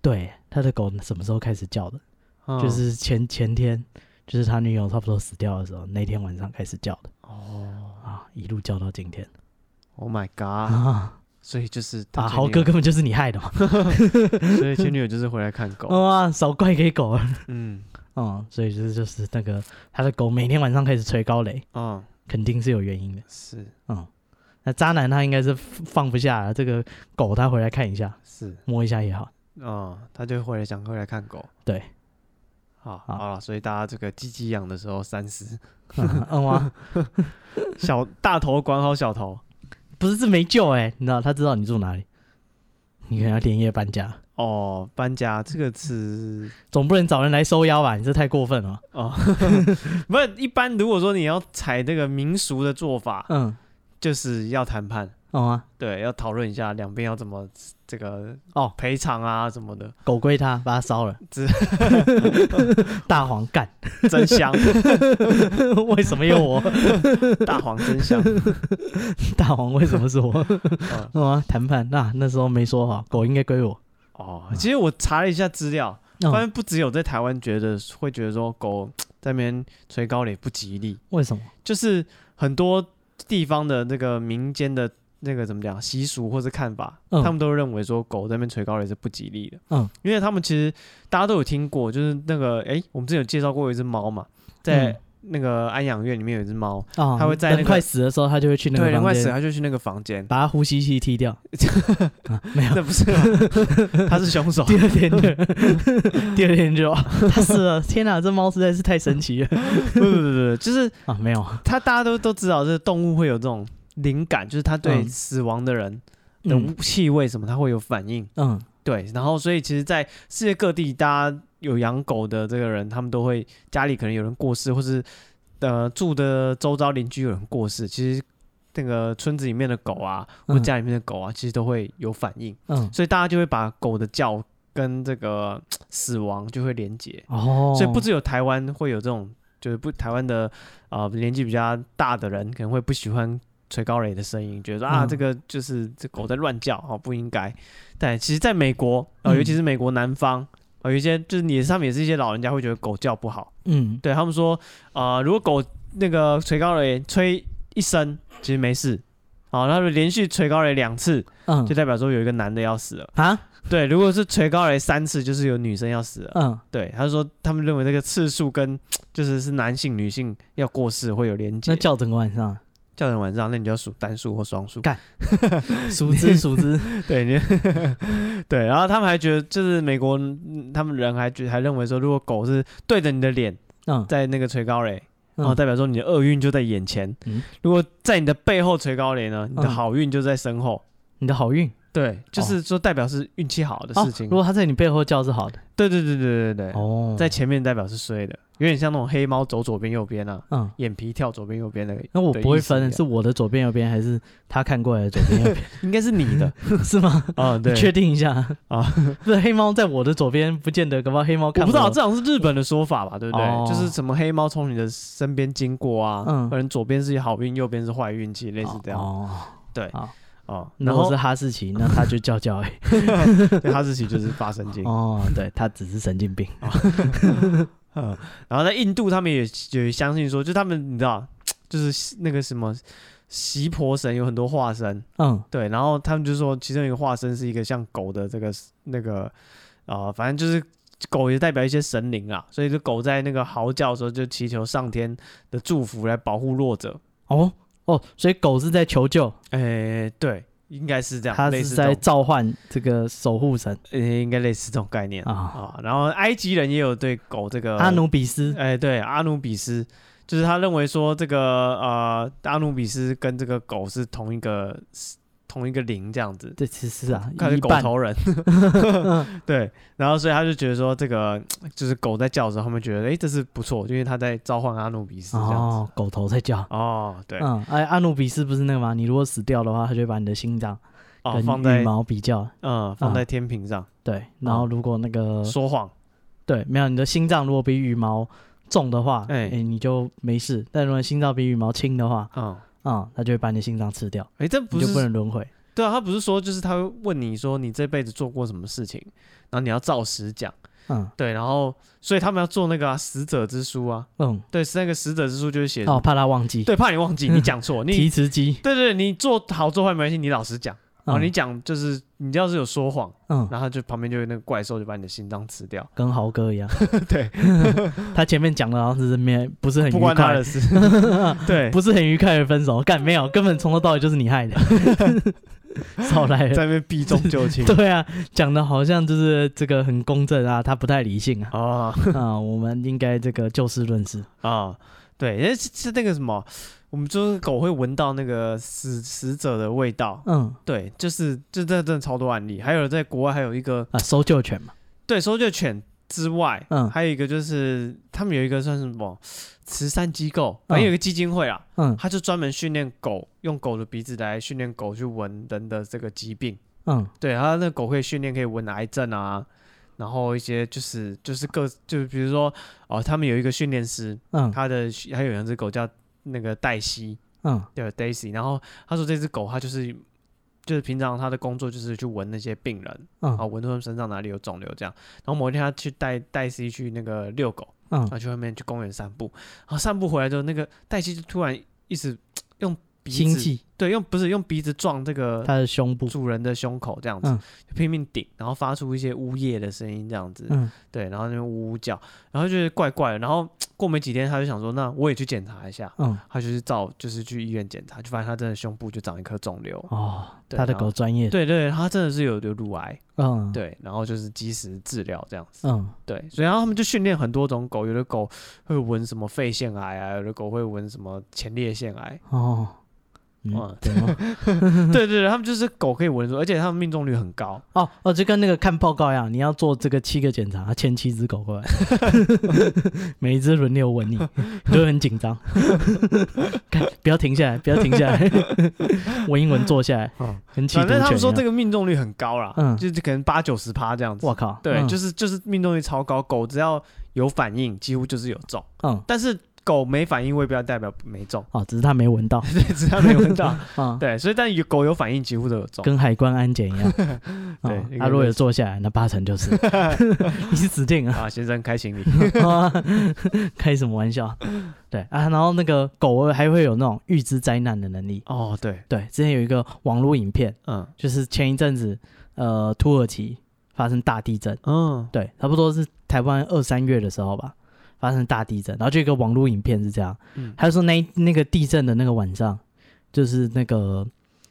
S2: 对，他的狗什么时候开始叫的？
S1: 嗯
S2: 就是前前天，就是他女友差不多死掉的时候，那天晚上开始叫的
S1: 哦
S2: 啊，一路叫到今天
S1: ，Oh my god，
S2: 啊
S1: 所以就是他
S2: 啊！
S1: 前
S2: 豪
S1: 女
S2: 哥
S1: 友，
S2: 根本就是你害的 嘛！
S1: 所以前女友就是回来看狗，
S2: 哇，少怪给狗啊！
S1: 嗯，
S2: 嗯，所以就是就是那个他的狗每天晚上开始吹高雷，
S1: 哦，
S2: 肯定是有原因的。
S1: 是
S2: 嗯，那渣男他应该是放不下了这个狗，他回来看一下，
S1: 是，
S2: 摸一下也好。
S1: 哦，他就回来想回来看狗，
S2: 对，
S1: 好，
S2: 好
S1: 好了，所以大家这个鸡鸡痒的时候三思，
S2: 嗯嗯哇，
S1: 小大头管好小头，
S2: 不是这没救哎、你知道他知道你住哪里，你可能要连夜搬家，
S1: 哦，搬家这个词。
S2: 总不能找人来收妖吧？你这太过分了。
S1: 哦，不是一般。如果说你要采这个民俗的做法，
S2: 嗯，
S1: 就是要谈判，
S2: 懂吗？
S1: 对，要讨论一下两边要怎么这个
S2: 哦
S1: 赔偿啊什么的，
S2: 狗归他，把他烧 了
S1: 这。
S2: 大黄干，
S1: 真香，
S2: 为什么有我？
S1: 大黄真香。
S2: 大黄为什 么是我？
S1: 嗯
S2: 懂吗？谈判那那时候没说好，狗应该归我。
S1: 哦，其实我查了一下资料，发
S2: 嗯，
S1: 现不只有在台湾觉得会觉得说狗在那边吹高脸不吉利，
S2: 为什么？
S1: 就是很多地方的那个民间的那个怎么讲习俗或是看法，
S2: 嗯
S1: 他们都认为说狗在那边垂高也是不吉利的。
S2: 嗯，
S1: 因为他们其实大家都有听过，就是那个哎、诶我们之前有介绍过有一只猫嘛，在
S2: 嗯
S1: 那个安养院里面有一只猫，
S2: 哦，
S1: 它会在那个
S2: 人快死的时候，它就会去那
S1: 对，
S2: 个
S1: 人
S2: 房
S1: 快死
S2: 间，
S1: 它就去那个房间，
S2: 把它呼吸器踢掉。 啊 没有，
S1: 那不是吗它是凶手。
S2: 第二 天就，第二天就，它死了。天哪，这猫实在是太神奇了
S1: 不不不不，就是
S2: 啊！没有，
S1: 它大家都都知道，这动物会有这种灵感，就是它对
S2: 嗯
S1: 死亡的人的
S2: 嗯
S1: 气味什么，它会有反应。
S2: 嗯
S1: 对，然后所以其实，在世界各地，大家有养狗的这个人，他们都会家里可能有人过世，或是呃住的周遭邻居有人过世，其实那个村子里面的狗啊，
S2: 嗯
S1: 或家里面的狗啊，其实都会有反应，
S2: 嗯，
S1: 所以大家就会把狗的叫跟这个死亡就会连结，
S2: 哦，
S1: 所以不只有台湾会有这种，就是不台湾的啊、呃年纪比较大的人可能会不喜欢吹高雷的声音，觉得说啊、
S2: 嗯
S1: 这个就是这狗在乱叫哦不应该。但其实在美国啊、呃
S2: 嗯
S1: 尤其是美国南方啊、呃有一些就是也是他们也是一些老人家会觉得狗叫不好，
S2: 嗯，
S1: 对他们说啊、呃如果狗那个吹高雷吹一声其实没事。好，然后连续吹高雷两次，
S2: 嗯
S1: 就代表说有一个男的要死了。
S2: 啊，
S1: 对，如果是吹高雷三次，就是有女生要死了。
S2: 嗯
S1: 对，他说他们认为这个次数跟就是是男性、女性要过世会有连接。
S2: 那叫整个晚上，啊
S1: 叫人晚上，那你就要数单数或双数。
S2: 干熟 知熟知，
S1: 对，你 对，然后他们还觉得，就是美国嗯他们人还觉还认为说，如果狗是对着你的脸
S2: 嗯，
S1: 在那个垂高雷，然后
S2: 嗯
S1: 代表说你的厄运就在眼前；
S2: 嗯
S1: 如果在你的背后垂高雷呢，你的
S2: 嗯
S1: 好运就在身后。
S2: 你的好运
S1: 对，就是说代表是运气好的
S2: 哦
S1: 事情。
S2: 如果他在你背后叫是好的，
S1: 对对对对对对，
S2: 哦
S1: 在前面代表是衰的，有点像那种黑猫走左边右边啊。
S2: 嗯。
S1: 眼皮跳左边右边那个，
S2: 那我
S1: 对
S2: 不
S1: 意
S2: 会
S1: 思一
S2: 分
S1: 样
S2: 是我的左边右边还是他看过来的左边 右边
S1: 应该是你 的
S2: 是吗？
S1: 啊，对，
S2: 确定一下
S1: 啊，
S2: 不是黑猫在我的左边，不见得，搞不好黑猫
S1: 我
S2: 看
S1: 不知道，这好像是日本的说法吧，对不对？
S2: 哦
S1: 就是什么黑猫从你的身边经过啊，
S2: 嗯
S1: 可能左边是好运，右边是坏运气，类似这样
S2: 哦，
S1: 对
S2: 好
S1: 哦。
S2: 那
S1: 然
S2: 我
S1: 后
S2: 是哈士奇，那他就叫 叫哎。
S1: 对哈士奇就是发神经，
S2: 哦，对，他只是神经病。
S1: 嗯，然后在印度他们也也相信说，就他们你知道，就是那个什么习婆神有很多化身，
S2: 嗯
S1: 对，然后他们就说其中一个化身是一个像狗的这个那个啊、呃反正就是狗也代表一些神灵啊，所以这狗在那个嚎叫的时候就祈求上天的祝福来保护弱者。
S2: 哦哦，所以狗是在求救，
S1: 诶，对，应该是这样，
S2: 它
S1: 类
S2: 是
S1: 似
S2: 在
S1: 这种
S2: 召唤这个守护神
S1: 呃应该类似这种概念啊
S2: 啊，
S1: 然后埃及人也有对狗这个
S2: 阿，努比斯。
S1: 哎、对，阿努比斯。就是他认为说这个呃阿努比斯跟这个狗是同一个同一个灵这样子，
S2: 对，其实啊，
S1: 看是
S2: 一嗯
S1: 狗
S2: 半
S1: 头 嗯人， 对，然后所以他就觉得说这个就是狗在叫的时候，他们觉得哎、诶这是不错，因为他在召唤阿努比斯这样子。
S2: 哦，狗头在叫。
S1: 哦，对，
S2: 嗯，哎，阿努比斯不是那个吗？你如果死掉的话，他就会把你的心脏
S1: 哦，
S2: 跟
S1: 放
S2: 羽
S1: 在
S2: 毛比较。
S1: 嗯放在天平上、
S2: 对，然后如果那个
S1: 说谎，
S2: 对，没有你的心脏如果比羽毛重的话，
S1: 哎
S2: 哎、你就没事；但如果心脏比羽毛轻的话，
S1: 嗯，
S2: 啊、它就会把你的心脏吃掉，
S1: 哎、这
S2: 你
S1: 不
S2: 就是不能轮回。
S1: 对啊，他不是说就是他会问你说你这辈子做过什么事情，然后你要照实讲，
S2: 嗯
S1: 对，然后所以他们要做那个、啊、死者之书啊，
S2: 嗯，
S1: 对，是那个死者之书就是写、
S2: 哦，怕他忘记。，
S1: 嗯对，怕你忘记你讲 错，
S2: 提
S1: 你
S2: 词机。
S1: 对对，你做好做坏没关系，你老实讲，然后
S2: 嗯
S1: 哦你讲就是你要是有说谎。
S2: 嗯，
S1: 然后就旁边就有那个怪兽就把你的心脏吃掉，
S2: 跟豪哥一样，
S1: 对，
S2: 他前面讲的好像是没不是很
S1: 不
S2: 愉
S1: 关他的
S2: 快，
S1: 事。对，
S2: 不是很愉快的分手，干没有，根本从头到尾就是你 害的，少来了。
S1: 在那边避重就轻，
S2: 对啊，讲的好像就是这个很公正啊，他不太理性啊
S1: 啊
S2: 啊、我们应该这个就事论事。
S1: 啊，对，因为是是那个什么，我们就是狗会闻到那个死死者的味道。
S2: 嗯
S1: 对，就是就这真的超多案例，还有在国外还有一个
S2: 啊，搜救犬嘛，
S1: 对搜救犬之外，
S2: 嗯
S1: 还有一个就是他们有一个算是什么慈善机构，反正有一个基金会啊，
S2: 嗯
S1: 他就专门训练狗，用狗的鼻子来训练狗去闻人的这个疾病。
S2: 嗯，
S1: 对，它那狗可以训练，可以闻癌症啊，然后一些就是就是各就是比如说哦，他们有一个训练师，
S2: 嗯
S1: 他的还有两只狗叫那个黛西，
S2: 嗯
S1: 对 Daisy，然后他说这只狗它就是就是平常他的工作就是去闻那些病人啊，
S2: 嗯
S1: 闻他们身上哪里有肿瘤这样，然后某一天他去带黛西去那个遛狗，然
S2: 嗯，
S1: 后去外面去公园散步，然后散步回来之后，那个黛西就突然一直用鼻
S2: 心
S1: 子
S2: 悸，
S1: 对用不是用鼻子撞这个
S2: 他的胸部，
S1: 主人的胸口这样子，
S2: 嗯
S1: 拼命顶，然后发出一些呜咽的声音这样子，
S2: 嗯
S1: 对，然后那边呜呜叫，然后就是怪怪的，然后过没几天他就想说，那我也去检查一下，
S2: 嗯，
S1: 他就是照就是去医院检查，就发现他真的胸部就长一颗肿瘤，
S2: 哦，
S1: 对
S2: 他的
S1: 然后
S2: 狗专业，
S1: 对对，他真的是有有乳癌，
S2: 嗯，，
S1: 对，然后就是及时治疗这样子，
S2: 嗯
S1: 对，所以然后他们就训练很多种狗，有的狗会闻什么肺腺癌啊，有的狗会闻什么前列腺癌，
S2: 哦，嗯
S1: 嗯，
S2: 对吗？嗯
S1: 对对对，他们就是狗可以闻得出，而且他们命中率很高。
S2: 哦哦，就跟那个看报告一样，你要做这个七个检查，牵七只狗过来， 每一只轮流吻你， 你就会很紧张。 看，不要停下来，不要停 下来，闻一闻，坐下来
S1: 嗯，
S2: 跟气
S1: 反正他们说这
S2: 个，
S1: 个命中率很高啦，
S2: 嗯
S1: 就是可能八九十趴这样子。
S2: 我靠，
S1: 对，
S2: 嗯
S1: 就是就是命中率超高，狗只要有反应，几乎就是有中。
S2: 嗯，
S1: 但是狗没反应，未必要代表没中，
S2: 哦，只是他没闻到
S1: 对，只要没闻 到，
S2: 啊，
S1: 对，所以但有狗有反应，几乎都有中。
S2: 跟海关安检一样。
S1: 对
S2: 嗯
S1: 一个
S2: 他如果有坐下来，那八成就是， 你是指定啊。
S1: 啊，先生开行李，
S2: 开什么玩笑？对啊，然后那个狗还会有那种预知灾难的能力。
S1: 哦，对，
S2: 对，之前有一个网络影片，
S1: 嗯
S2: 就是前一阵子呃土耳其发生大地震，
S1: 嗯，
S2: 对，差不多是台湾二三月的时候吧，发生大地震，然后就有一个网络影片是这样，
S1: 嗯
S2: 他就说那一那个地震的那个晚上，就是那个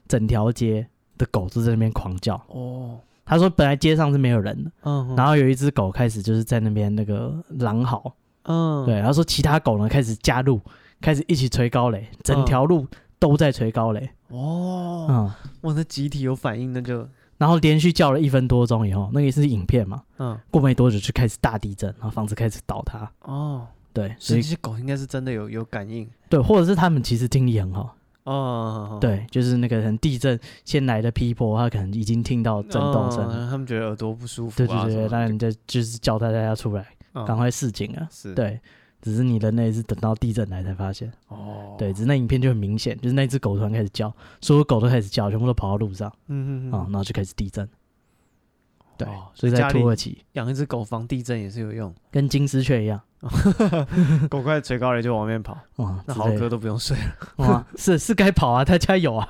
S2: 整条街的狗都在那边狂叫。
S1: 哦，
S2: 他说本来街上是没有人的，
S1: 嗯，
S2: 然
S1: 后
S2: 后有一只狗开始就是在那边那个狼嚎，
S1: 嗯，
S2: 对，，然后说其他狗呢开始加入，开始一起捶高垒，整
S1: 嗯
S2: 条路都在捶高垒，
S1: 哦，
S2: 嗯，
S1: 我的集体有反应，那就
S2: 然后连续叫了一分多钟以后，那个也是影片嘛，
S1: 嗯
S2: 过没多久就开始大地震，然后房子开始倒塌，
S1: 哦，
S2: 对，
S1: 所
S2: 所
S1: 以
S2: 以
S1: 这些狗应该是真的有有感应。
S2: 对，或者是他们其实听力很好，
S1: 哦，
S2: 对，就是那个很地震先来的劈波，他可能已经听到震动声了，
S1: 嗯他们觉得耳朵不舒服
S2: 对
S1: 啊
S2: 对
S1: 什么的，
S2: 对，那你就就是叫大家出来，
S1: 嗯
S2: 赶快示警啊，
S1: 是，
S2: 对。只是你人类是等到地震来才发现，
S1: 哦，
S2: 对，只是那影片就很明显，就是那只狗突然开始叫，所有狗都开始叫，全部都跑到路上，
S1: 嗯，嗯嗯
S2: 啊、然后就开始地震。对，
S1: 哦
S2: 所以
S1: 家
S2: 在
S1: 里
S2: 土耳其
S1: 养一只狗防地震也是有 用，
S2: 跟金丝雀一样，
S1: 狗快垂高了就往外面跑，
S2: 啊、
S1: 那
S2: 之
S1: 豪
S2: 类
S1: 哥
S2: 的
S1: 都不用睡了。
S2: 哇， 是是该跑啊，他家有啊，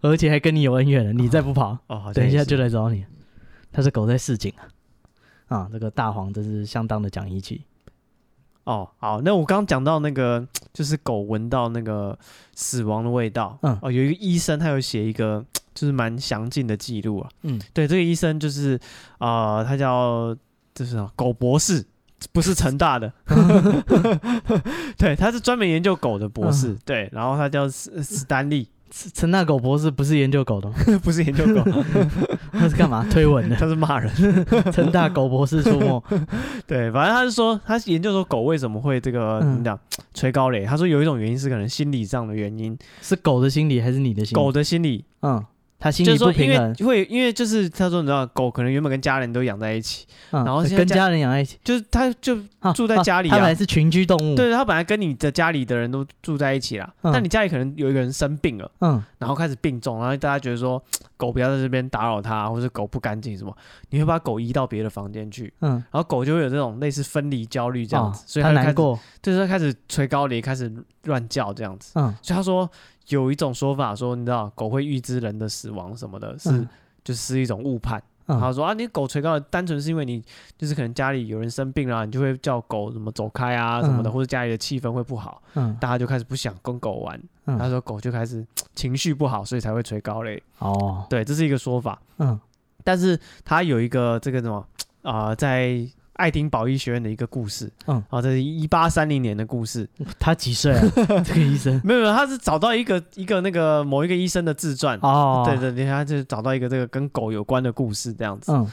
S2: 而且还跟你有恩怨了，你再不跑，
S1: 哦，好像
S2: 等一
S1: 也
S2: 下
S1: 是
S2: 就来找你。他是狗在示警啊，啊，这个大黄真是相当的讲义气，
S1: 哦，好，那我刚刚讲到那个，就是狗闻到那个死亡的味道，
S2: 嗯
S1: 哦，有一个医生他有写一个，就是蛮详尽的记录啊，
S2: 嗯，
S1: 对，这个医生就是啊、呃他叫就是什么狗博士，不是成大 的，对，他是专门研究狗的博
S2: 嗯
S1: 士，对，然后他叫斯斯丹利，
S2: 陈陈大狗博士不是研究狗的吗，
S1: 不是研究狗，
S2: 他是干嘛推文 的？
S1: 他是骂人，
S2: 陈大狗博士出没，
S1: 对，反正他是说，他研究说狗为什么会这个怎
S2: 嗯
S1: 么讲垂高雷，他说有一种原因是可能心理上的原因，
S2: 是狗的心理还是你的心理？
S1: 狗，的心理。
S2: 嗯，他心
S1: 就是
S2: 理不
S1: 说，因
S2: 平衡
S1: 为，会因为就是他说，你知道，狗可能原本跟家人都养在一起，
S2: 嗯，
S1: 然后现在
S2: 跟
S1: 家
S2: 家人养在一起，
S1: 就是它就
S2: 啊
S1: 住在
S2: 啊
S1: 家里
S2: 它本
S1: 啊
S2: 来是群居动物，
S1: 对，它本来跟你的家里的人都住在一起啦，
S2: 嗯
S1: 但你家里可能有一个人生病了，
S2: 嗯，
S1: 然后开始病重，然后大家觉得说狗不要在这边打扰它，或者狗不干净什么，你会把狗移到别的房间去，
S2: 嗯，
S1: 然后狗就会有这种类似分离焦虑这样子，
S2: 哦
S1: 所以
S2: 他
S1: 它就开
S2: 难
S1: 始，
S2: 过，
S1: 就是它开始垂高离，开始乱叫这样子。
S2: 嗯，
S1: 所以他说有一种说法说，你知道狗会预知人的死亡什么的，是、
S2: 嗯
S1: 就是一种误判。
S2: 嗯
S1: 他说啊，你狗垂高，单纯是因为你就是可能家里有人生病啦，你就会叫狗什么走开啊什么的，
S2: 嗯
S1: 或者家里的气氛会不好，
S2: 嗯，
S1: 大家就开始不想跟狗玩。
S2: 嗯
S1: 他说狗就开始情绪不好，所以才会垂高嘞。
S2: 哦，
S1: 对，这是一个说法，
S2: 嗯
S1: 但是他有一个这个什么啊、呃在。爱丁堡医学院的一个故事，
S2: 嗯
S1: 啊，这是一八三零年的故事，
S2: 他几岁啊？ 这个医生
S1: 没有，没有，他是找到一个一个那个某一个医生的自传，
S2: 哦，
S1: 对，对对，他就找到一个这个跟狗有关的故事这样子
S2: 嗯，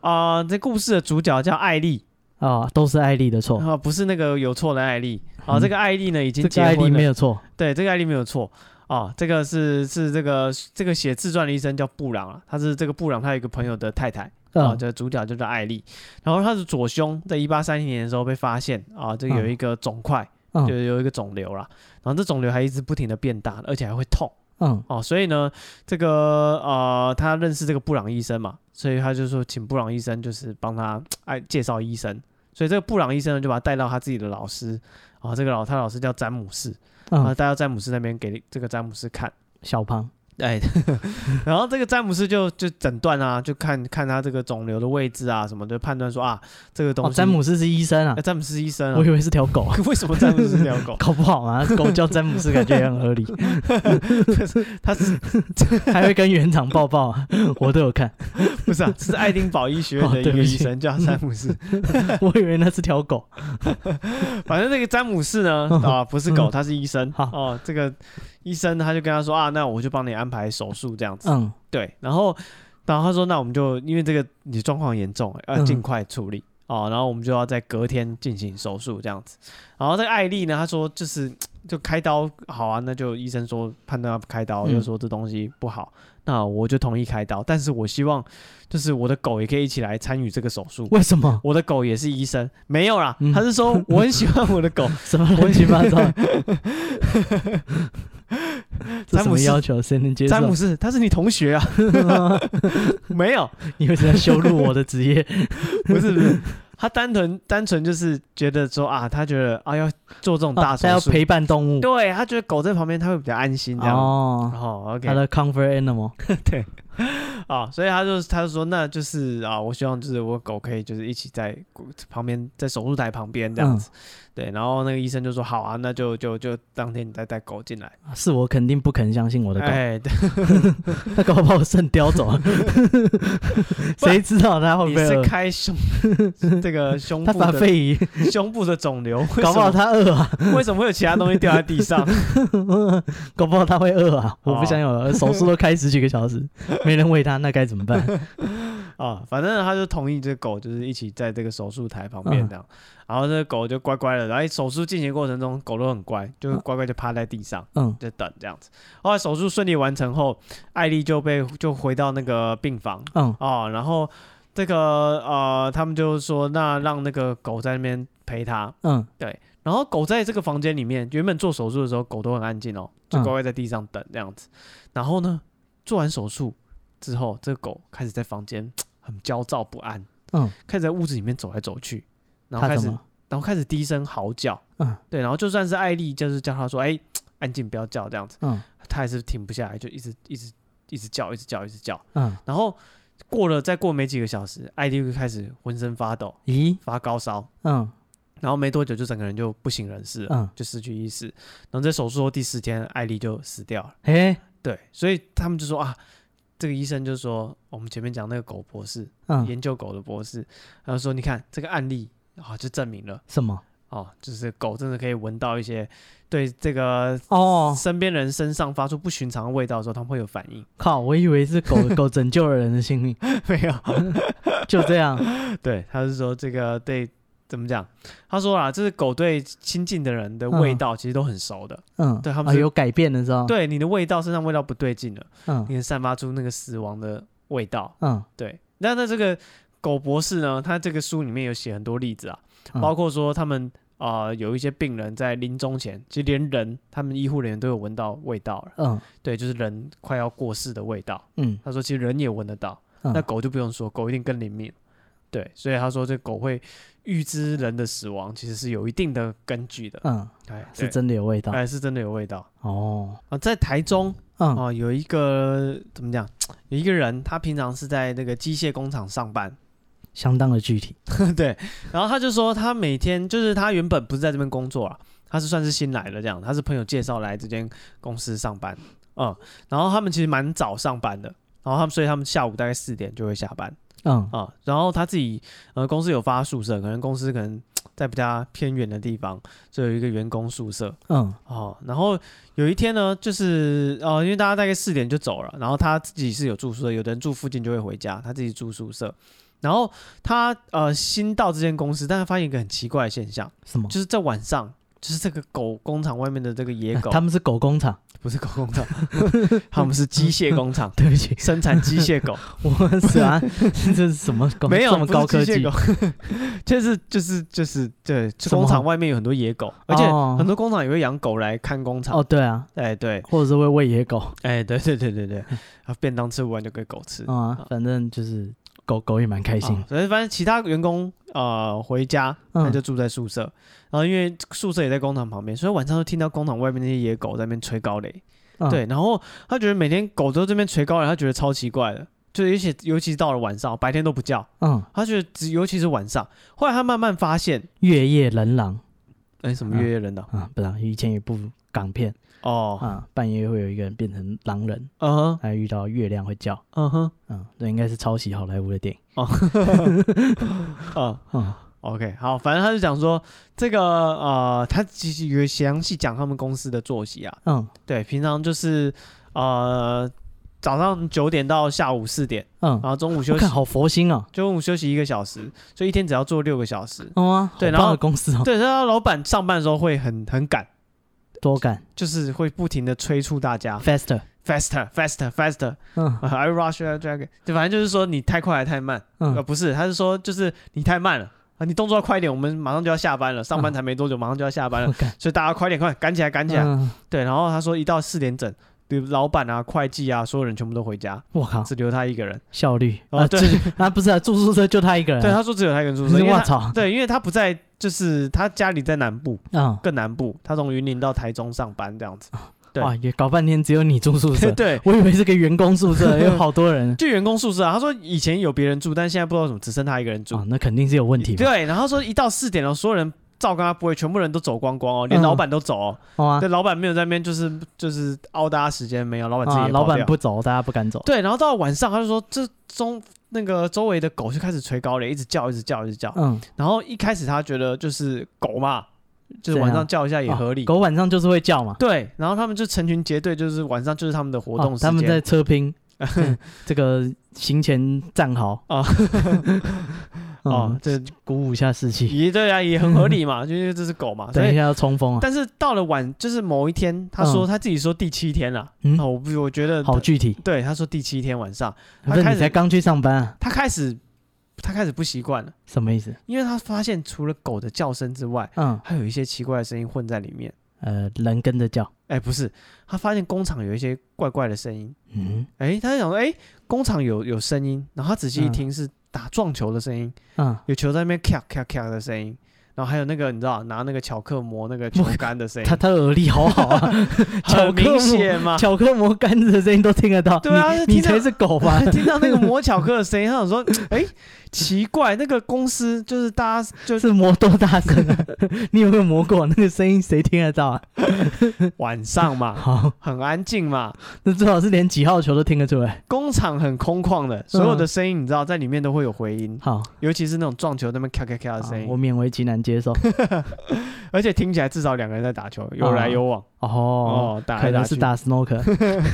S1: 啊、这故事的主角叫艾丽
S2: 哦，都是艾丽的错
S1: 啊、，不是那个有错的艾丽啊、
S2: 嗯
S1: 这个艾丽呢已经
S2: 这个
S1: 结
S2: 艾
S1: 婚
S2: 丽
S1: 了，
S2: 没有错，
S1: 对，这个艾丽没有错啊、这个是是这个这个写自传的医生叫布朗啊，他是这个布朗他有一个朋友的太太啊、
S2: 嗯
S1: 这个主角就叫艾丽，然后他是左胸，在一八三一年的时候被发现啊、这个有一个肿块，就
S2: 嗯
S1: 有一个肿瘤啦，然后这肿瘤还一直不停的变大，而且还会痛。
S2: 嗯
S1: 哦，所以呢，这个呃，他认识这个布朗医生嘛，所以他就说请布朗医生就是帮他哎介绍医生，所以这个布朗医生呢就把他带到他自己的老师，啊、这个老他老师叫詹姆士，啊
S2: 嗯，
S1: 带到詹姆士那边给这个詹姆士看，
S2: 小胖，
S1: 哎， 然后这个詹姆士就就诊断啊，就看看他这个肿瘤的位置啊什么的，判断说啊这个东
S2: 哦，
S1: 西，
S2: 詹姆斯是医生啊
S1: 哎、，詹姆斯医生
S2: 我
S1: 啊
S2: 以，为是条狗。？
S1: 为什么詹姆斯是条狗
S2: 搞不好嘛，狗叫詹姆斯感觉也很合理，
S1: 他是
S2: 还会跟园长抱抱啊，我都有看。
S1: 不是啊，是爱丁堡医学院的一
S2: 哦对
S1: 个
S2: 不
S1: 医
S2: 起
S1: 生叫詹姆斯，
S2: 我以为那是条狗。
S1: 反正那个詹姆士 呢，啊，不是狗，他是医生。
S2: 嗯好
S1: 哦，这个医生他就跟他说啊，那我就帮你安排手术这样子。
S2: 嗯
S1: 对，然后，然后他说，那我们就因为这个你状况严重，要
S2: 嗯
S1: 尽快处理哦，然后我们就要在隔天进行手术这样子。然后这个艾丽呢，她说就是就开刀好啊，那就医生说判断要开刀，
S2: 嗯
S1: 就说这东西不好，那我就同意开刀，但是我希望就是我的狗也可以一起来参与这个手术。
S2: 为什么？
S1: 我的狗也是医生，没有啦，
S2: 嗯
S1: 他是说我很喜欢我的 狗，
S2: 什么乱七八糟？这
S1: 詹
S2: 什
S1: 姆
S2: 么
S1: 斯
S2: 要求谁能接受？
S1: 詹姆斯他是你同学啊， 没有，
S2: 你为什么要羞辱我的 职业？
S1: 不是不 是，他单纯单纯就是觉得说啊，他觉得啊要做这种大手
S2: 他要
S1: 术，
S2: 陪伴动物。
S1: 对他觉得狗在旁边他会比较安心这样。哦
S2: 哦，
S1: ，OK
S2: 他的 comfort animal。
S1: 啊，所以他就他就说，那就是啊，我希望就是我狗可以就是一起在旁边，在手术台旁边这样
S2: 嗯
S1: 子，对。然后那个医生就说，好啊，那就就就当天你再带狗进来。
S2: 啊是我肯定不肯相信我的狗，
S1: 哎，对，
S2: 那狗把我肾叼走了，啊谁知道它会
S1: 你
S2: 不会
S1: 是
S2: 饿？
S1: 开 胸这个胸
S2: 它
S1: 部
S2: 把
S1: 的
S2: 肺移，
S1: 胸部的肿 瘤，为
S2: 搞不好
S1: 什么
S2: 它饿 啊，
S1: 为什么会有其他东西掉在地 上？
S2: 搞不好它会饿啊！我
S1: 哦
S2: 不想有，手术都开十几个 小时，没人喂它，那该怎么办？
S1: 啊，反正他就同意这个狗就是一起在这个手术台旁
S2: 嗯
S1: 边这样，然后这个狗就乖乖的，然后手术进行过程中狗都很乖，就乖乖就趴在地上
S2: 嗯
S1: 就等这样子。后来手术顺利完成后，艾丽就被就回到那个病房
S2: 嗯，
S1: 哦，然后这个呃他们就说那让那个狗在那边陪她，
S2: 嗯，
S1: 然后狗在这个房间里面，原本做手术的时候狗都很安静哦，就
S2: 嗯
S1: 乖乖在地上等这样子。然后呢，做完手术之后，这个狗开始在房间嗯很焦躁不安，
S2: 嗯，
S1: 开始在屋子里面走来走去，然后
S2: 它
S1: 开
S2: 怎
S1: 始
S2: 么？
S1: 然后开始低声嚎叫，
S2: 嗯
S1: 对，然后就算是艾丽就是叫他说，哎、安静不要叫这样子，
S2: 嗯
S1: 他还是停不下来，就一直一直一直叫，一直叫，一直叫。
S2: 嗯，
S1: 然后过了再过没几个小时，艾丽就开始浑身发抖，
S2: 咦，
S1: 发高烧，
S2: 嗯
S1: 然后没多久就整个人就不省人事了。
S2: 嗯，
S1: 就失去意识。然后在手术后第四天，艾丽就死掉了。
S2: 嘿，
S1: 对，所以他们就说啊，这个医生就说，我们前面讲那个狗博士，
S2: 嗯，
S1: 研究狗的博士，然后说你看这个案例啊，就证明了
S2: 什么？
S1: 啊，就是狗真的可以闻到一些对这个
S2: 哦，
S1: 身边人身上发出不寻常的味道的时候，他们会有反应。
S2: 靠！我以为是狗狗拯救了人的性命，
S1: 没 有，
S2: 就这样。
S1: 对，他是说这个对。怎么讲？他说啦，这是狗对亲近的人的味
S2: 嗯
S1: 道，其实都很熟的。
S2: 嗯，
S1: 对他们
S2: 啊
S1: 是
S2: 有改变的时候，，
S1: 对你的味道，身上味道不对劲了，
S2: 嗯
S1: 你能散发出那个死亡的味道。
S2: 嗯
S1: 对，那那这个狗博士呢，他这个书里面有写很多例子啊，
S2: 嗯
S1: 包括说他们啊、呃有一些病人在临终前，其实连人他们医护人员都有闻到味道了，
S2: 嗯
S1: 对，就是人快要过世的味道。
S2: 嗯，
S1: 他说其实人也闻得到，
S2: 嗯
S1: 那狗就不用说，狗一定更灵敏。对，所以他说这狗会预知人的死亡，其实是有一定的根据的。
S2: 嗯
S1: 哎，
S2: 是
S1: 对
S2: 真的有味道
S1: 哎，是真的有味道
S2: 哦，
S1: 啊！在台中
S2: 嗯
S1: 哦，有一个怎么讲？有一个人，他平常是在那个机械工厂上班，
S2: 相当的具体，
S1: 对，然后他就说他每天就是他原本不是在这边工作啊，他是算是新来的这样，他是朋友介绍来这间公司上班，嗯，然后他们其实蛮早上班的，然后他们所以他们下午大概四点就会下班
S2: 嗯
S1: 啊、然后他自己呃公司有发宿舍，可能公司可能在比较偏远的地方，就有一个员工宿舍，
S2: 嗯
S1: 哦，然后有一天呢，就是呃，因为大家大概四点就走了，然后他自己是有住宿舍，有的人住附近就会回家，他自己住宿舍。然后他呃新到这间公司，但他发现一个很奇怪的现象，
S2: 什么？
S1: 就是在晚上，就是这个狗工厂外面的这个野狗，
S2: 哎他们是狗工厂，
S1: 不是狗工厂， 他们是机械工厂，
S2: 对不起，
S1: 生产机械狗，
S2: 我是啊， 这是什么狗？
S1: 没有
S2: 这么高科技
S1: 不是机械，狗， 就是就是就是对，
S2: 什么
S1: 工厂外面有很多野狗，而且
S2: 哦
S1: 很多工厂也会养狗来看工厂。
S2: 哦，对啊，
S1: 哎，对，
S2: 或者是会喂野狗
S1: 哎，对对对对对，啊，便当吃不完就给狗吃。
S2: 嗯啊，反正就是狗狗也蛮开心
S1: 啊，所以反正其他员工呃回家，
S2: 嗯
S1: 他就住在宿舍，然后因为宿舍也在工厂旁边，所以晚上就听到工厂外面那些野狗在那边吹高雷。
S2: 嗯
S1: 对，然后他觉得每天狗都这边吹高雷，他觉得超奇怪的，就尤其尤其是到了晚上，白天都不叫，
S2: 嗯，
S1: 他觉得只尤其是晚上。后来他慢慢发现，
S2: 月夜人狼嗯
S1: 哎，什么月夜人呢、
S2: 啊，不知道以前有一部港片
S1: 哦，
S2: 啊，半夜会有一个人变成狼人，
S1: 嗯哼，
S2: 还遇到月亮会叫，
S1: 嗯哼，
S2: 嗯，这应该是抄袭好莱坞的电影，
S1: 嗯
S2: 嗯，
S1: OK，好，反正他就讲说这个呃，他其实有详细讲他们公司的作息啊，
S2: 嗯
S1: 对，平常就是呃早上九点到下午四点，
S2: 嗯，
S1: 然后中午休
S2: 我
S1: 息
S2: 看，好佛心啊，
S1: 中午休息一个小时，所以一天只要做六个小时。
S2: 哦啊，
S1: 对
S2: 好
S1: 然后
S2: 棒的公司哦，
S1: 对，然后老板上班的时候会很很赶，
S2: 多干
S1: 就是会不停的催促大家
S2: ，faster，
S1: faster faster faster，I、
S2: 嗯
S1: rush I drag，就反正就是说你太快还太慢，呃
S2: 嗯
S1: 不是，他是说就是你太慢了啊，你动作要快一点，我们马上就要下班了，上
S2: 嗯
S1: 班才没多久，马上就要下班了，
S2: 我干
S1: 所以大家快点快赶起来赶起来，
S2: 嗯
S1: 对，然后他说一到四点整，对老板啊、会计啊，所有人全部都回家，
S2: 我靠，
S1: 只留他一个人。
S2: 效率
S1: 哦
S2: 啊，
S1: 对
S2: 这啊不是啊住宿舍就他一个人
S1: 对，
S2: 啊，
S1: 他说只有他一个人住宿舍，因为
S2: 我
S1: 他
S2: 操，
S1: 对，因为他不在，就是他家里在南部，
S2: 嗯，
S1: 更南部，他从云林到台中上班这样子。对
S2: 哇，也搞半天只有你住宿舍，
S1: 对，
S2: 我以为是个员工 宿舍，有好多人
S1: 就员工宿舍啊，他说以前有别人住，但现在不知道怎么只剩他一个人住。
S2: 啊，那肯定是有问题吧，
S1: 对，然后说一到四点了，所有人照跟他不会，全部人都走光光哦，连
S2: 嗯
S1: 老板都走哦。
S2: 好啊
S1: 对，老板没有在那边就是就是熬大家时间没有，老板自己
S2: 啊，
S1: 也
S2: 老
S1: 跑
S2: 板
S1: 掉
S2: 不走，大家不敢走，
S1: 对，然后到晚上他就说这中那个周围的狗就开始垂高了，一直叫，一直叫，一直叫。
S2: 嗯，
S1: 然后一开始他觉得就是狗嘛，就是
S2: 怎
S1: 晚
S2: 样
S1: 上叫一下也
S2: 哦
S1: 合理。
S2: 狗晚上就是会叫嘛，
S1: 对，然后他们就成群结队，就是晚上就是他们的活动
S2: 哦
S1: 时间。
S2: 他们在 车拼，嗯这个行前战壕
S1: 哦哦嗯
S2: 哦，，
S1: 这
S2: 鼓舞一下士 气，
S1: 也对啊，也很合理嘛， 就是这是狗嘛。所
S2: 等一
S1: 以，
S2: 下要冲锋啊，
S1: 但是到了晚，就是某一天，他说
S2: 嗯
S1: 他自己说第七天了。
S2: 嗯
S1: 啊，我不，我觉得
S2: 好具体，
S1: 对，他说第七天晚上，他
S2: 不是
S1: 开
S2: 你
S1: 始
S2: 才刚去上班啊，
S1: 他开始他开始不习惯了，
S2: 什么意思？
S1: 因为他发现除了狗的叫声之外，
S2: 嗯，
S1: 还有一些奇怪的声音混在里面。
S2: 呃，人跟着叫，
S1: 哎，不是，他发现工厂有一些怪怪的声音。
S2: 嗯
S1: 哎，他就想说，哎，工厂有有声音，然后他仔细一
S2: 嗯
S1: 听是打撞球的声音，
S2: 嗯，
S1: 有球在那边咔咔咔的声音，然后还有那个你知道拿那个巧克磨那个球杆的声音
S2: 他，他的耳力好好啊，巧
S1: 很
S2: 克
S1: 明
S2: 力。
S1: 显 嘛。
S2: 啊巧克磨杆子的声音都听得到，
S1: 对啊
S2: 你
S1: 听
S2: 你
S1: 到
S2: 才是狗吧？
S1: 听到那个磨巧克的声音，他想说，哎，奇怪，那个公司就是大家就是
S2: 磨多大声啊？你有没有磨过？那个声音谁听得到啊？
S1: 晚上 嘛，
S2: 好，
S1: 很安静嘛，
S2: 那最好是连几号球都听得出来。
S1: 工厂很空旷的，所有的声音你知道在里面都会有回音，
S2: 好，
S1: 尤其是那种撞球那边咔咔咔的
S2: 好
S1: 声
S2: 啊我
S1: 音，
S2: 勉为其难接受。
S1: 而且听起来至少两个人在打球，有
S2: 啊
S1: 来有往
S2: 哦，
S1: 哦，打
S2: 可
S1: 来打
S2: 能
S1: 去
S2: 是打 snooker，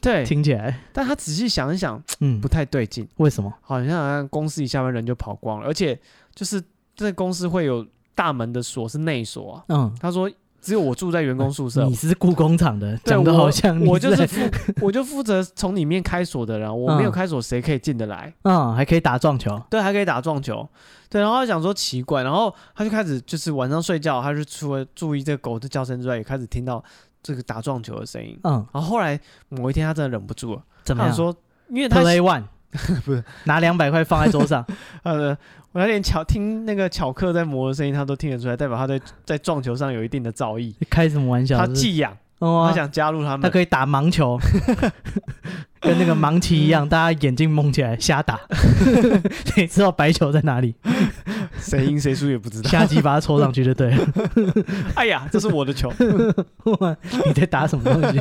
S1: 对，
S2: 听起来，
S1: 但他仔细想一想，
S2: 嗯
S1: 不，太对劲。
S2: 为什么？
S1: 好像好像公司一下班人就跑光了，而且就是这公司会有大门的锁是内锁啊。
S2: 嗯，
S1: 他说只有我住在员工宿舍
S2: 你，是啊雇工厂的，
S1: 对
S2: 讲的
S1: 我
S2: 好像你
S1: 我就是，
S2: 在
S1: 负我就负责从里面开锁的人啊，我没有开锁谁可以进得来？
S2: 嗯，还可以打撞球，
S1: 对，还可以打撞球，对，然后他想说奇怪，然后他就开始就是晚上睡觉，他就除了注意这个狗的叫声之外，也开始听到这个打撞球的声音。
S2: 嗯，
S1: 然后后来某一天他真的忍不住了，
S2: 怎么
S1: 他想
S2: 样
S1: 说，因为他
S2: ？Play one，
S1: 不是
S2: 拿两百块放在桌 上，
S1: 呃，我连巧听那个巧克在磨的声音，他都听得出来，代表他在在撞球上有一定的造诣。
S2: 开什么玩笑？
S1: 他
S2: 是
S1: 寄养，
S2: 哦
S1: 他
S2: 啊，
S1: 想加入他
S2: 他
S1: 们。
S2: 可以打盲 球，跟那个盲棋一样，大家眼睛蒙起来瞎打，你知道白球在 哪里，
S1: 谁赢谁输也不知 道。
S2: 瞎鸡巴抽上去就对了。
S1: 哎呀，这是我的球，
S2: 哇你在打什么东西？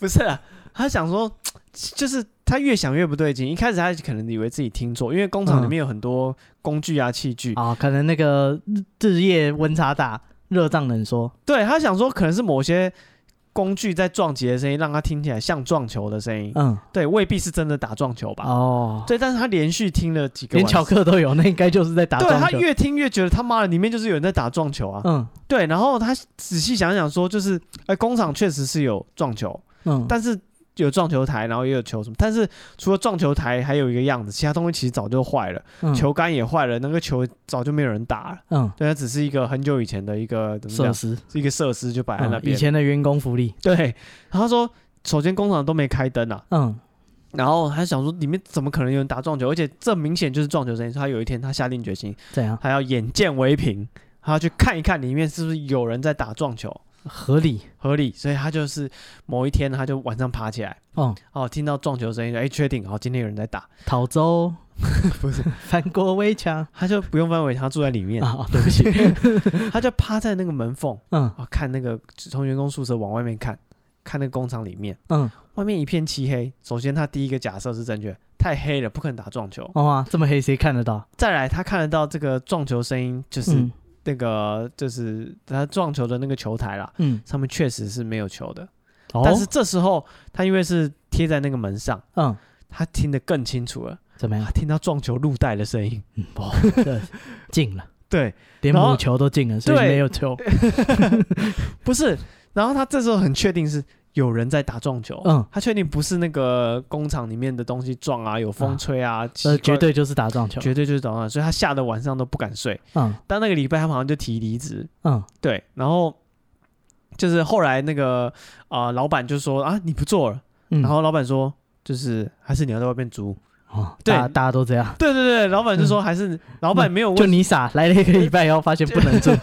S1: 不是啊。他想说，就是他越想越不对劲。一开始他可能以为自己听错，因为工厂里面有很多工具啊、器具。
S2: 嗯啊，可能那个日日夜温差大，热胀冷缩。
S1: 对他想说，可能是某些工具在撞击的声音，让他听起来像撞球的声音。
S2: 嗯，
S1: 对，未必是真的打撞球吧？
S2: 哦，
S1: 对，但是他连续听了几个
S2: 连
S1: 晚上
S2: 巧克都有，那应该就是在打
S1: 对
S2: 撞
S1: 他
S2: 球。
S1: 越听越觉得他妈的里面就是有人在打撞球啊。
S2: 嗯
S1: 对，然后他仔细想想说，就是哎、工厂确实是有撞球，
S2: 嗯，
S1: 但是有撞球台，然后也有球什么，但是除了撞球台，还有一个样子，其他东西其实早就坏了，
S2: 嗯
S1: 球杆也坏了，那个球早就没有人打了。
S2: 嗯
S1: 对，它只是一个很久以前的一个怎么
S2: 设
S1: 讲，
S2: 施，
S1: 是一个设施就摆在那
S2: 嗯以
S1: 边。
S2: 前的员工福利。
S1: 对，然后他说，首先工厂都没开灯啊，
S2: 嗯
S1: 然后他想说里面怎么可能有人打撞球，而且这明显就是撞球声音。所以他有一天他下定决心，
S2: 怎样
S1: 还要眼见为凭，他要去看一看里面是不是有人在打撞球，
S2: 合理？
S1: 合理。所以他就是某一天，他就晚上爬起来，
S2: 哦，
S1: 哦，听到撞球声音，哎，确定，哦，今天有人在打，
S2: 讨州 翻过围墙
S1: 他就不用翻围墙，他住在里面，
S2: 啊，对 不起，
S1: 他就趴在那个门缝
S2: 嗯
S1: 啊，看那个从员工宿舍往外面看，看那个工厂里面，
S2: 嗯，
S1: 外面一片漆黑。首先，他第一个假设是正确，太黑了，不可能打撞球。
S2: 哇、哦这么黑谁看得到？
S1: 再来，他看得到这个撞球声音，就是
S2: 嗯
S1: 那个就是他撞球的那个球台啦，
S2: 嗯，
S1: 上面确实是没有球的。
S2: 哦
S1: 但是这时候他因为是贴在那个门上，
S2: 嗯，
S1: 他听得更清楚了，
S2: 怎么样
S1: 他？听到撞球入袋的声音。
S2: 嗯， 哦，这进了，
S1: 对，
S2: 连
S1: 然后
S2: 母球都进了，所以
S1: 对
S2: 没有球。
S1: 不是。然后他这时候很确定是有人在打撞球，
S2: 嗯
S1: 他确定不是那个工厂里面的东西撞啊，有风吹啊， 奇
S2: 呃，
S1: 怪
S2: 绝对就是打撞球。
S1: 绝对就是早上，所以他吓得晚上都不敢睡。
S2: 嗯
S1: 但那个礼拜他们好像就提离职，
S2: 嗯
S1: 对，然后就是后来那个啊、呃老板就说啊你不做了，
S2: 嗯，
S1: 然后老板说就是还是你要在外面租，
S2: 哦，
S1: 对
S2: 大大家都这样。
S1: 对对对，老板就说还是老板没有
S2: 就
S1: 问，
S2: 你傻，来了一个礼拜以后发现不 能做，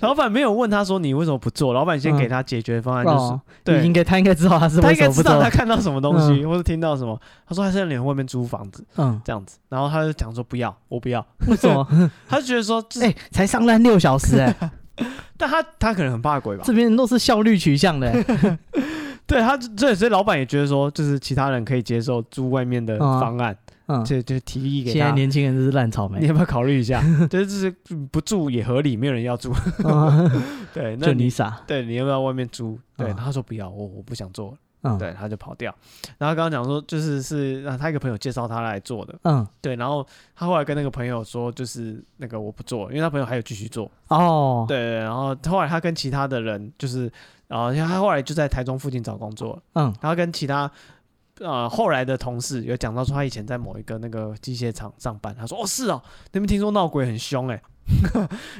S1: 老板没有问他说你为什么不做，老板先给他解决方案，就是、
S2: 嗯哦，
S1: 对
S2: 你应该他应该知道他是
S1: 他
S2: 为
S1: 应
S2: 什
S1: 该
S2: 么
S1: 知
S2: 不
S1: 道
S2: 做
S1: 他，看到什么东西、或者听到什么，他说还是要你外面租房子
S2: 嗯，
S1: 这样子，然后他就讲说不要，我不要，
S2: 为什么？
S1: 他就觉得说，就是
S2: 哎、才上岸六小 时、哎，
S1: 但他他可能很怕鬼吧，
S2: 这边都是效率取向的、 哎
S1: 对他对，所以老板也觉得说，就是其他人可以接受租外面的
S2: 嗯啊
S1: 方案，
S2: 嗯，
S1: 就就提议给
S2: 现在
S1: 他。
S2: 年轻人真是烂草
S1: 你
S2: 莓，
S1: 要不要考虑一 下？就是就是不住也合理，没有人要住。
S2: 嗯
S1: 对，那
S2: 就
S1: 你
S2: 你傻，
S1: 对你要不要外面租？对，
S2: 嗯
S1: 他说不要，我我不想做了。
S2: 嗯，
S1: 对，他就跑掉。然后刚刚讲说，就是是啊，他一个朋友介绍他来做的。
S2: 嗯，
S1: 对，然后他后来跟那个朋友说，就是那个我不做，因为他朋友还有继续做。
S2: 哦，
S1: 对，对然后后来他跟其他的人就是，啊、因为他后来就在台中附近找工作了。
S2: 嗯，
S1: 他跟其他呃后来的同事有讲到说，他以前在某一个那个机械厂上班，他说哦是哦，那边听说闹鬼很凶哎、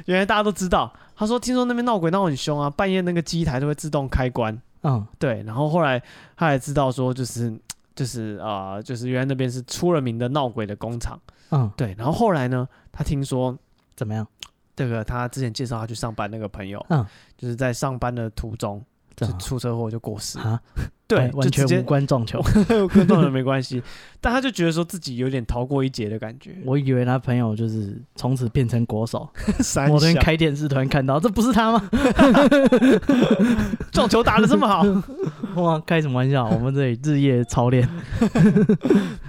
S1: 原来大家都知道。他说听说那边闹鬼闹很凶啊，半夜那个机台都会自动开关。
S2: 嗯，
S1: 对，然后后来他还知道说就是。就是啊、呃就是原来那边是出了名的闹鬼的工厂，
S2: 嗯，
S1: 对。然后后来呢，他听说
S2: 怎么样？
S1: 这个他之前介绍他去上班那个朋友，
S2: 嗯，
S1: 就是在上班的途中
S2: 怎
S1: 就
S2: 么
S1: 出车祸就过世，
S2: 啊？
S1: 对，
S2: 完完
S1: 就直
S2: 全
S1: 接
S2: 无关撞球。
S1: 跟撞人没关系，但他就觉得说自己有点逃过一劫的感觉。
S2: 我以为他朋友就是从此变成国手，
S1: 三
S2: 我昨天
S1: 小
S2: 开电视突然看到，这不是他吗？
S1: 撞球打的这么 好，
S2: 哇，开什么玩笑？我们这里日夜操 练，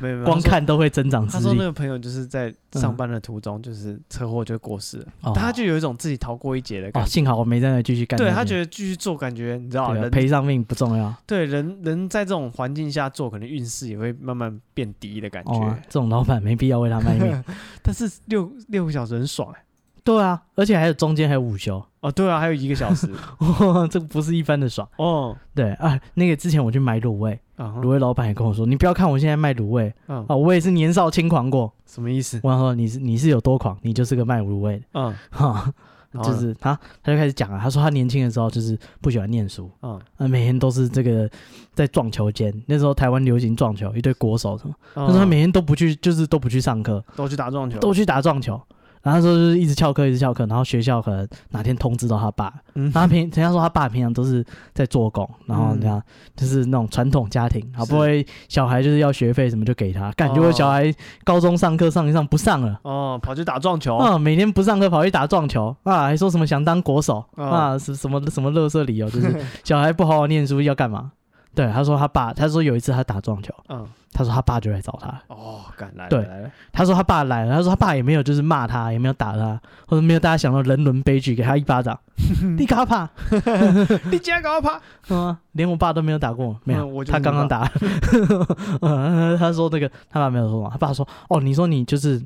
S1: 没有没有
S2: 光。看都会增长
S1: 他
S2: 智
S1: 说他说那
S2: 力。嗯
S1: 个朋友就是在上班的途中，就是车祸就过世了，
S2: 哦
S1: 但他就有一种自己逃过一劫的
S2: 哦，
S1: 感觉。
S2: 幸好我没在那继续干下
S1: 对
S2: 去。
S1: 他觉得继续做，感觉你知道
S2: 对啊
S1: 人
S2: 赔上命不重要。
S1: 对人人在这种环境下做，可能运势也会慢慢变低的感
S2: 哦啊
S1: 觉。
S2: 这种老板没必要为他卖命。
S1: 但是六六个小时很爽哎、
S2: 对啊，而且还有中间还有午休，
S1: 哦，对啊，还有一个 小时
S2: 这个不是一般的爽。
S1: 哦。
S2: 对啊，那个之前我去买卤味，
S1: 啊哈
S2: 卤味老板也跟我说，你不要看我现在卖卤味
S1: 嗯，
S2: 啊，我也是年少轻狂过。
S1: 什么意思？
S2: 我想说你是你是有多狂，你就是个卖卤味的
S1: 嗯，
S2: 哈。
S1: 然后
S2: 就
S1: 呢
S2: 是他，他就开始讲啊，他说他年轻的时候就是不喜欢念书，
S1: 嗯
S2: 啊，每天都是这个在撞球间。那时候台湾流行撞球，一堆国手什么，他
S1: 哦
S2: 说他每天都不去，就是都不去上课，
S1: 嗯都去打撞球，
S2: 都去打撞球。然后他说就是一直翘课，一直翘课，然后学校可能哪天通知到他爸，
S1: 嗯
S2: 然后他平人家说他爸平常都是在做工，然后
S1: 嗯
S2: 人家就是那种传统家庭，好
S1: 是
S2: 不会小孩就是要学费什么就给他，感
S1: 哦
S2: 觉我小孩高中上课上一上不上了。
S1: 哦，跑去打撞球，
S2: 啊，每天不上课跑去打撞球啊，还说什么想当国手
S1: 哦
S2: 啊，什什么什么乐色理由，就是 小孩不好好念书要干嘛？对，他说他爸，他说有一次他打撞球，
S1: 嗯，
S2: 他说他爸就来找他，
S1: 哦，敢来了
S2: 对
S1: 来了，
S2: 他说他爸来了，他说他爸也没有就是骂他，也没有打他，或者没有大家想到人伦悲剧，给他一 巴掌，你卡怕，
S1: 你竟然搞我怕，
S2: 嗯啊，连我爸都没有打过我，没有，
S1: 嗯我就是
S2: 他刚刚打，嗯， 他说那个他爸没有说嘛，他爸说哦，你说你就是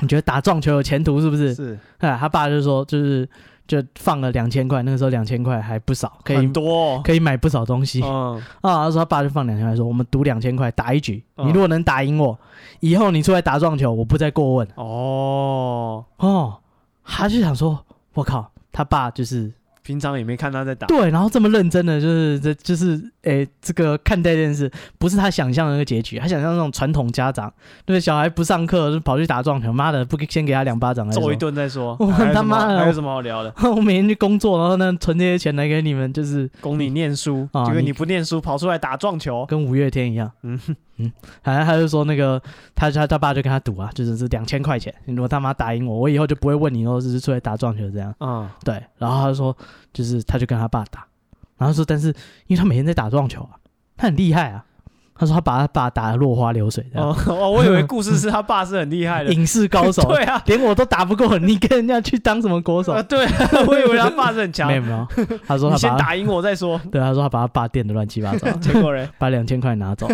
S2: 你觉得打撞球有前途是不是？
S1: 是
S2: 哎， 他爸就说就是就放了两千块，那个时候两千块还不少，可以
S1: 很多哦，
S2: 可以买不少东西。
S1: 嗯，
S2: 啊，他说他爸就放两千块，说我们赌两千块打一局，
S1: 嗯
S2: 你如果能打赢我，以后你出来打撞球，我不再过问。
S1: 哦，
S2: 哦，他就想说，我靠，他爸就是
S1: 平常也没看他在打，
S2: 对，然后这么认真的，就是这就是诶、这个看待这件事，不是他想象的那个结局，他想象那种传统家长，对小孩不上课就跑去打撞球，妈的，不给先给他两巴掌来
S1: 揍
S2: 说
S1: 一，顿再说。
S2: 我
S1: 还有
S2: 他
S1: 什么
S2: 妈的
S1: 还有什么好聊的？
S2: 我每天去工作，然后呢存这些钱来给你们，就是
S1: 供你念书，
S2: 啊
S1: 结果
S2: 你
S1: 你不念书，跑出来打撞球，
S2: 跟五月天一样，
S1: 嗯
S2: 嗯嗯，反正他就说那个他他他爸就跟他赌啊，就是这两千块钱，你如果他妈打赢我，我以后就不会问你哦，只是出来打撞球这样。
S1: 嗯，
S2: 对，然后他就说，就是他就跟他爸打，然后说，但是因为他每天在打撞球啊，他很厉害啊。他说他把他爸打得落花流水这样，
S1: 哦哦，我以为故事是他爸是很厉 害的
S2: 影视高手，
S1: 对啊，
S2: 连我都打不过，你跟人家去当什么国手
S1: 啊？对啊， 我以为他爸是很强
S2: 没，有没有，他说
S1: 你
S2: 他
S1: 先
S2: 把他
S1: 打赢我再说。，
S2: 对他说他把他爸电的乱七八糟
S1: 结果嘞，
S2: 把两千块拿走，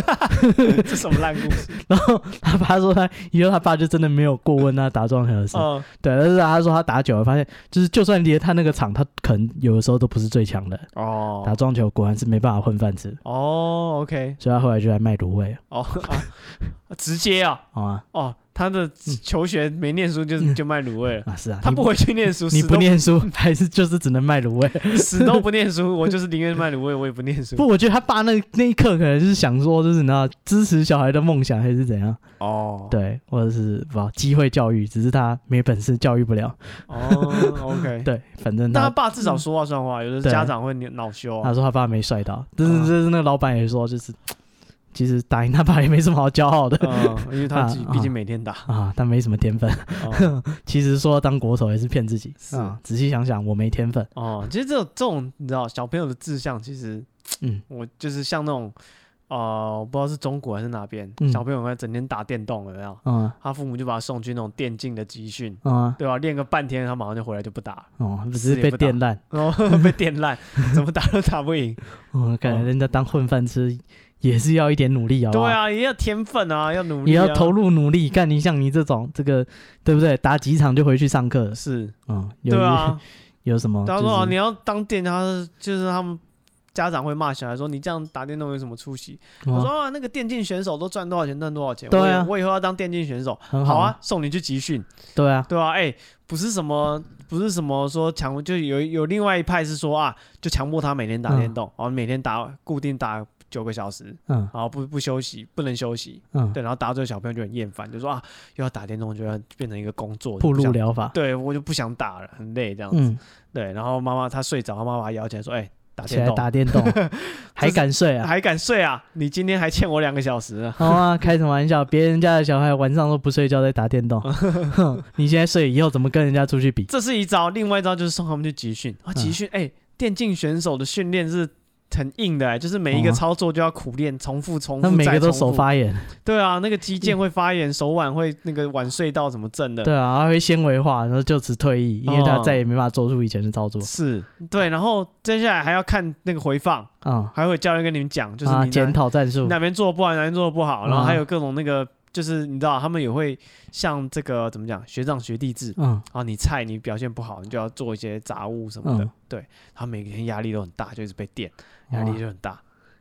S1: 这什么烂故 事？
S2: 然后他爸说他以后他爸就真的没有过问他打撞球的事，
S1: 嗯，
S2: 对，但是他说他打久了发现，就是就算离他那个场，他可能有的时候都不是最强的，打
S1: 哦，
S2: 撞球果然是没办法混饭吃，
S1: 哦，OK，
S2: 所以他后来就来卖卤味了，
S1: 哦啊，直接啊，
S2: 好吗？
S1: 哦，他的求学没念书就就卖卤味了，
S2: 嗯啊，是啊，
S1: 他
S2: 你
S1: 不回去念书，
S2: 你
S1: 死
S2: 不
S1: 都
S2: 念书，还是就是只能卖卤味？
S1: 死都不念书，我就是宁愿卖卤味，我也不念书。
S2: 不，我觉得他爸那那一刻可能就是想说，就是你知道支持小孩的梦想还是怎样？
S1: 哦，
S2: 对，或者是不知道机会教育，只是他没本事教育不了。
S1: 哦，OK，
S2: 对，反正
S1: 但他
S2: 他
S1: 爸至少说话算话，有的
S2: 嗯对
S1: 家长会恼羞啊
S2: 他。说他爸没帅到，但
S1: 啊
S2: 是就是那个老板也说，就是其实打赢他爸也没什么好骄傲的。
S1: 嗯，因 为他自己
S2: 啊
S1: 毕竟每天打，
S2: 啊，他没什么天分。
S1: 哦
S2: 其实说当国手也是骗自己。
S1: 是
S2: 啊，仔细想想，我没天分。
S1: 哦，其实这种这种你知道，小朋友的志向，其实
S2: 嗯，
S1: 我就是像那种，呃，我不知道是中国还是哪边，
S2: 嗯
S1: 小朋友在整天打电动，有没有？
S2: 嗯
S1: 他父母就把他送去那种电竞的集训，
S2: 嗯
S1: 对吧？练个半天，他马上就回来就不打了，
S2: 哦，只
S1: 死
S2: 是
S1: 也
S2: 被
S1: 不打
S2: 电烂。
S1: 然 后被电烂，怎么打都打不赢。
S2: 我感
S1: 哦
S2: 觉人家当混饭吃也是要一点努力，好不
S1: 对
S2: 好？
S1: 啊，也要天分啊，要努力、
S2: 也
S1: 啊，
S2: 要投入努力。干你像你这种，这个对不对？打几场就回去上课了，
S1: 是，
S2: 嗯，有
S1: 对啊。
S2: 有什么？
S1: 他说、啊、
S2: 就
S1: 你
S2: 是
S1: 要当电，他是就是他们家长会骂小孩说你这样打电动有什么出息？我说
S2: 哦
S1: 啊，那个电竞选手都赚多少钱，赚多少钱？
S2: 对
S1: 我以
S2: 啊
S1: 我以后要当电竞选手，
S2: 很
S1: 好啊
S2: 啊，，
S1: 送你去集训，
S2: 对啊，
S1: 对啊，哎、不是什么，不是什么说强，就有有另外一派是说啊，就强迫他每天打电动，哦、每天打固定打九个小时，
S2: 嗯
S1: 然后不不休息，不能休息，
S2: 嗯，
S1: 对，然后打到最后小朋友就很厌烦，就说啊，又要打电动，就要变成一个工作，就
S2: 铺
S1: 不
S2: 路
S1: 想，
S2: 疗法，
S1: 对我就不想打了，很累这样子，
S2: 嗯，
S1: 对，然后妈妈她睡着，她妈妈摇起来说，哎、打
S2: 起
S1: 电
S2: 来
S1: 动。
S2: 打电动， 还敢睡啊？
S1: 还敢睡啊！你今天还欠我两个小时呢。
S2: 好啊，开什么玩笑？别人家的小孩晚上都不睡觉，在打 电动。哼，你现在睡，以后怎么跟人家出去比？
S1: 这是一招，另外一招就是送他们去集训
S2: 嗯
S1: 啊，集训哎、电竞选手的训练是很硬的、哎就是每一个
S2: 哦
S1: 操作就要苦练，重复重复
S2: 那
S1: 再重复，
S2: 每个都手发炎，
S1: 对啊，那个肌腱会发炎，手腕会那个腕隧道什么症的，
S2: 对啊，他会纤维化，然后就此退役，因为他
S1: 哦
S2: 再也没办法做出以前的操作。
S1: 是对，然后接下来还要看那个回放，
S2: 嗯，
S1: 还会有教练跟你们讲，就是
S2: 啊，
S1: 你哪
S2: 检讨战术
S1: 哪边做得不好，哪边做的不好，然后
S2: 啊
S1: 还有各种那个。就是你知道，他们也会像这个怎么讲，学长学弟制
S2: 嗯
S1: 啊，你菜你表现不好，你就要做一些杂物什么的。
S2: 嗯
S1: 对，他每天压力都很大，就一直被电，压
S2: 哇
S1: 力就很大。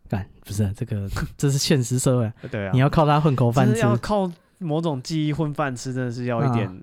S2: 干不是啊这个，这是现实社会，
S1: 对啊，
S2: 你要靠他混口
S1: 真
S2: 饭
S1: 的
S2: 吃，
S1: 要靠某种记忆混饭吃，真的是要一点，
S2: 啊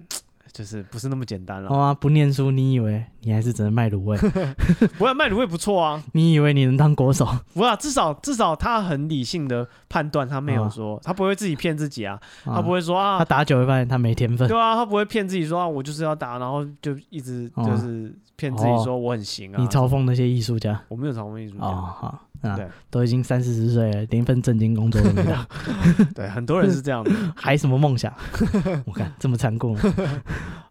S1: 就是不是那么简单
S2: 好啊
S1: 了。
S2: 吗？不念书，你以为你还是只能卖卤 味？
S1: 不过卖卤味不错啊，
S2: 你以为你能当国手？
S1: 不过啊，至少至少他很理性的判断，他没有说，他不会自己骗自己啊，他不
S2: 会，
S1: 会说啊
S2: 啊他，打久会发现他没 天分。
S1: 对啊，他不会骗自己说啊，我就是要打，然后就一直
S2: 哦
S1: 就是骗自己说我很行啊。
S2: 你嘲讽那些艺术家
S1: 我没有嘲讽艺术
S2: 哦，
S1: 家，
S2: 好，啊
S1: 嗯对，
S2: 都已经三四十岁了，连份正经工作都没 有，
S1: 对，很多人是这样 的。
S2: 还什么 梦想？我看这么残酷吗？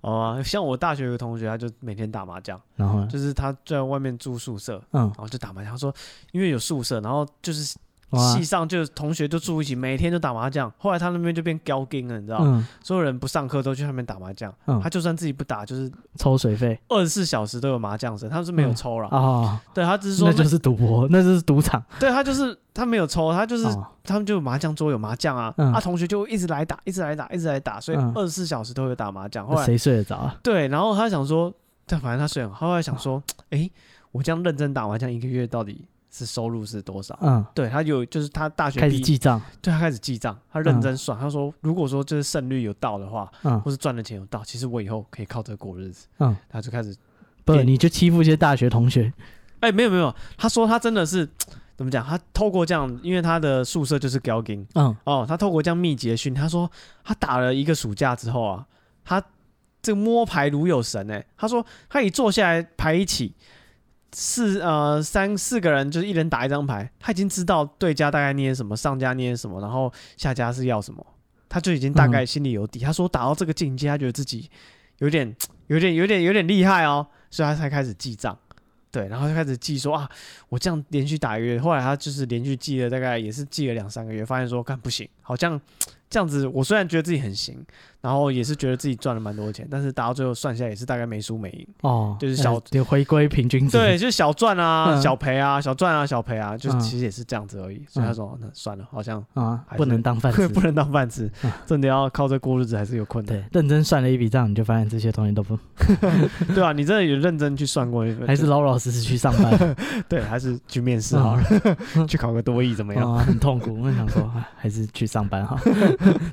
S1: 哦、啊，像我大学有个同学，他就每天打麻将，
S2: 然后呢，
S1: 就是他在外面住宿舍，
S2: 嗯
S1: 然，后就打麻将。他说因为有宿舍，然后就是
S2: 哇
S1: 系，上就是同学就住一起，每天就打麻将。后来他那边就变高金了，你知道，
S2: 嗯，
S1: 所有人不上课都去那边打麻将。
S2: 嗯
S1: 他就算自己不打，就是
S2: 抽水费
S1: 二十四小时都有麻将声。他是没有抽了，
S2: 哦，
S1: 对他只是说
S2: 那
S1: 那，
S2: 就是 赌博，那就是赌场，
S1: 对他就是他没有抽，他就是、
S2: 哦
S1: 他们就有麻将桌有麻将啊，
S2: 嗯
S1: 啊同学就一直来打，一直来打，一直来打，所以
S2: 嗯
S1: 二十四小时都有打麻将。后
S2: 那
S1: 来
S2: 谁睡得着啊？
S1: 对，然后他想说，但反正他睡很好，后来想说，诶，我这样认真打麻将一个月到底是收入是多少？
S2: 嗯，
S1: 对他有就是他大学
S2: 开
S1: 毕
S2: 始
S1: 业
S2: 记嗯账，
S1: 对他开始记账，他认真算。他说，如果说就是胜率有到的话，
S2: 嗯
S1: 或是赚的钱有到，其实我以后可以靠这个过日子。
S2: 嗯，
S1: 他就开始
S2: 不，
S1: 给
S2: 你就欺负一些大学同学，
S1: 哎、没有没有，他说他真的是怎么讲？他透过这样，因为他的宿舍就是 g a l g i n
S2: 嗯，
S1: 哦，他透过这样密集的训，他说他打了一个暑假之后啊，他这摸牌如有神哎、他说他一坐下来排一起，四呃三四个人就是一人打一张牌，他已经知道对家大概捏什么，上家捏什么，然后下家是要什么，他就已经大概心里有底。他说打到这个境界，他觉得自己有点有点有点有点厉害哦，所以他才开始记账。对，然后就开始记说啊，我这样连续打一个月，后来他就是连续记了大概也是记了两三个月，发现说干不行，好像这样子，我虽然觉得自己很行，然后也是觉得自己赚了蛮多钱，但是打到最后算下来也是大概没输没赢，
S2: 哦，
S1: 就是小
S2: 呃得回归平均值，
S1: 对，，就是小赚啊、
S2: 嗯
S1: 小赔啊、小赚啊、小赔啊，就是
S2: 嗯
S1: 其实也是这样子而已。所以他说那算了，好像
S2: 啊
S1: 还，是
S2: 不能当饭吃，
S1: 不能当饭吃
S2: 嗯，
S1: 真的要靠这过日子还是有困难
S2: 对，，认真算了一笔账，你就发现这些东西都不，
S1: 对啊，你真的有认真去算过，
S2: 还是嗯老老实实去上班
S1: 对，还 是啊去面试好了，去考个多艺怎么样？
S2: 啊，很痛苦。我想说，啊还是去上班哈。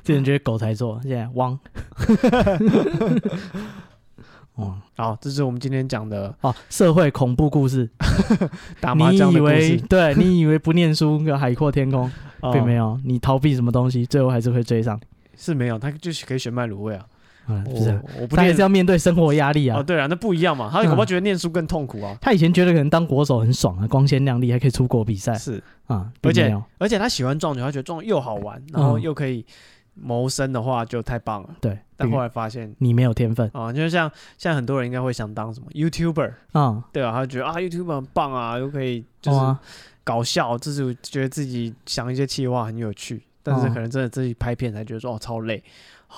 S2: 之前觉得狗才做，现在汪。 哦
S1: 好，这是我们今天讲的
S2: 哦，社会恐怖故事，
S1: 打麻
S2: 你
S1: 将
S2: 以
S1: 的故事，
S2: 为对你以为不念书海阔天空，
S1: 哦
S2: 并没有，你逃避什么东西，最后还是会追上。
S1: 是没有，他就是可以选卖卤味啊，
S2: 嗯，不是啊，
S1: 我我不
S2: 他还
S1: 念
S2: 是要面对生活压力
S1: 哦，
S2: 啊。
S1: 对啊，那不一样嘛，他
S2: 嗯
S1: 恐怕觉得念书更痛苦啊，
S2: 他以前觉得可能当国手很爽啊，光鲜亮丽，还可以出国比赛
S1: 是，
S2: 啊，
S1: 而且
S2: 并没有
S1: 而且他喜欢撞球，他觉得撞又好玩，然后
S2: 嗯
S1: 又可以谋生的话就太棒了，
S2: 对，
S1: 但后来发现。
S2: 你没有天分
S1: 啊、就像像很多人应该会想当什么 YouTuber，
S2: 啊，
S1: 对吧、他就觉得啊 YouTuber 很棒啊，又可以就
S2: 懂
S1: 是
S2: 吗？
S1: 搞笑，就是觉得自己想一些气话很有趣，但是
S2: 哦
S1: 可能真的自己拍片才觉得说哦超累，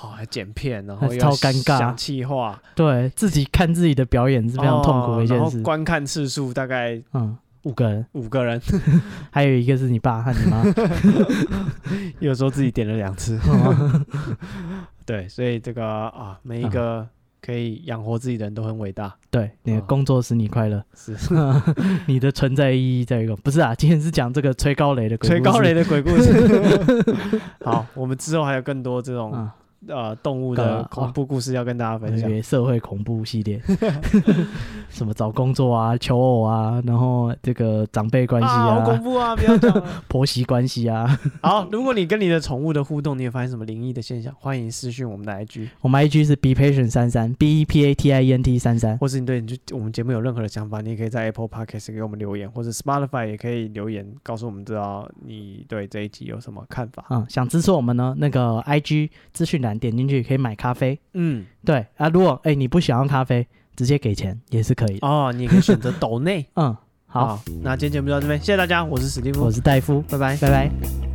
S1: 哦还剪片，然后
S2: 还
S1: 又
S2: 超尴尬
S1: 想气话
S2: 对自己看自己的表演是非常痛苦的一
S1: 哦
S2: 件
S1: 然
S2: 事
S1: 后。观看次数大概
S2: 嗯，五个人，
S1: 五个 人，
S2: 还有一个是你爸和你妈。
S1: 有时候自己点了两次， 对，所以这个啊每一个可以养活自己的人都很伟大，
S2: 对，你的
S1: 哦
S2: 工作使你快乐，
S1: 是
S2: 你的存在意义在于什么不是啊，今天是讲这个 吹高雷的鬼
S1: 锤
S2: 故事
S1: 高雷的鬼故事。 好，我们之后还有更多这种、
S2: 啊，
S1: 呃动物的
S2: 呃
S1: 恐怖故事要跟大家
S2: 我
S1: 分
S2: 以
S1: 享。
S2: 为社会恐怖系列， 什么找工作啊、求偶啊，然后这个长辈关系
S1: 好恐
S2: 啊、
S1: 怖啊！不要讲了。
S2: 婆媳关系啊。
S1: 好，如果你跟你的宠物的互动，你有发现什么灵异的现象，欢迎私讯我们的 IG，
S2: 我们 IG 是 be patient 三三 b e p a t i e n t 三三，
S1: 或是你对你就我们节目有任何的想法，你也可以在 Apple Podcast 给我们留言，或者 Spotify 也可以留言，告诉我们知道你对这一集有什么看法。
S2: 嗯，想支持我们呢，那个 IG 资讯栏点进去可以买咖啡。
S1: 嗯，
S2: 对啊，如果哎、你不想要咖啡，直接给钱也是可以的。
S1: 哦，你也可以选择抖内。
S2: 嗯，好，
S1: 那今天节目就到这边，谢谢大家，我是史蒂夫
S2: 我，是戴夫，
S1: 拜拜。
S2: 拜拜。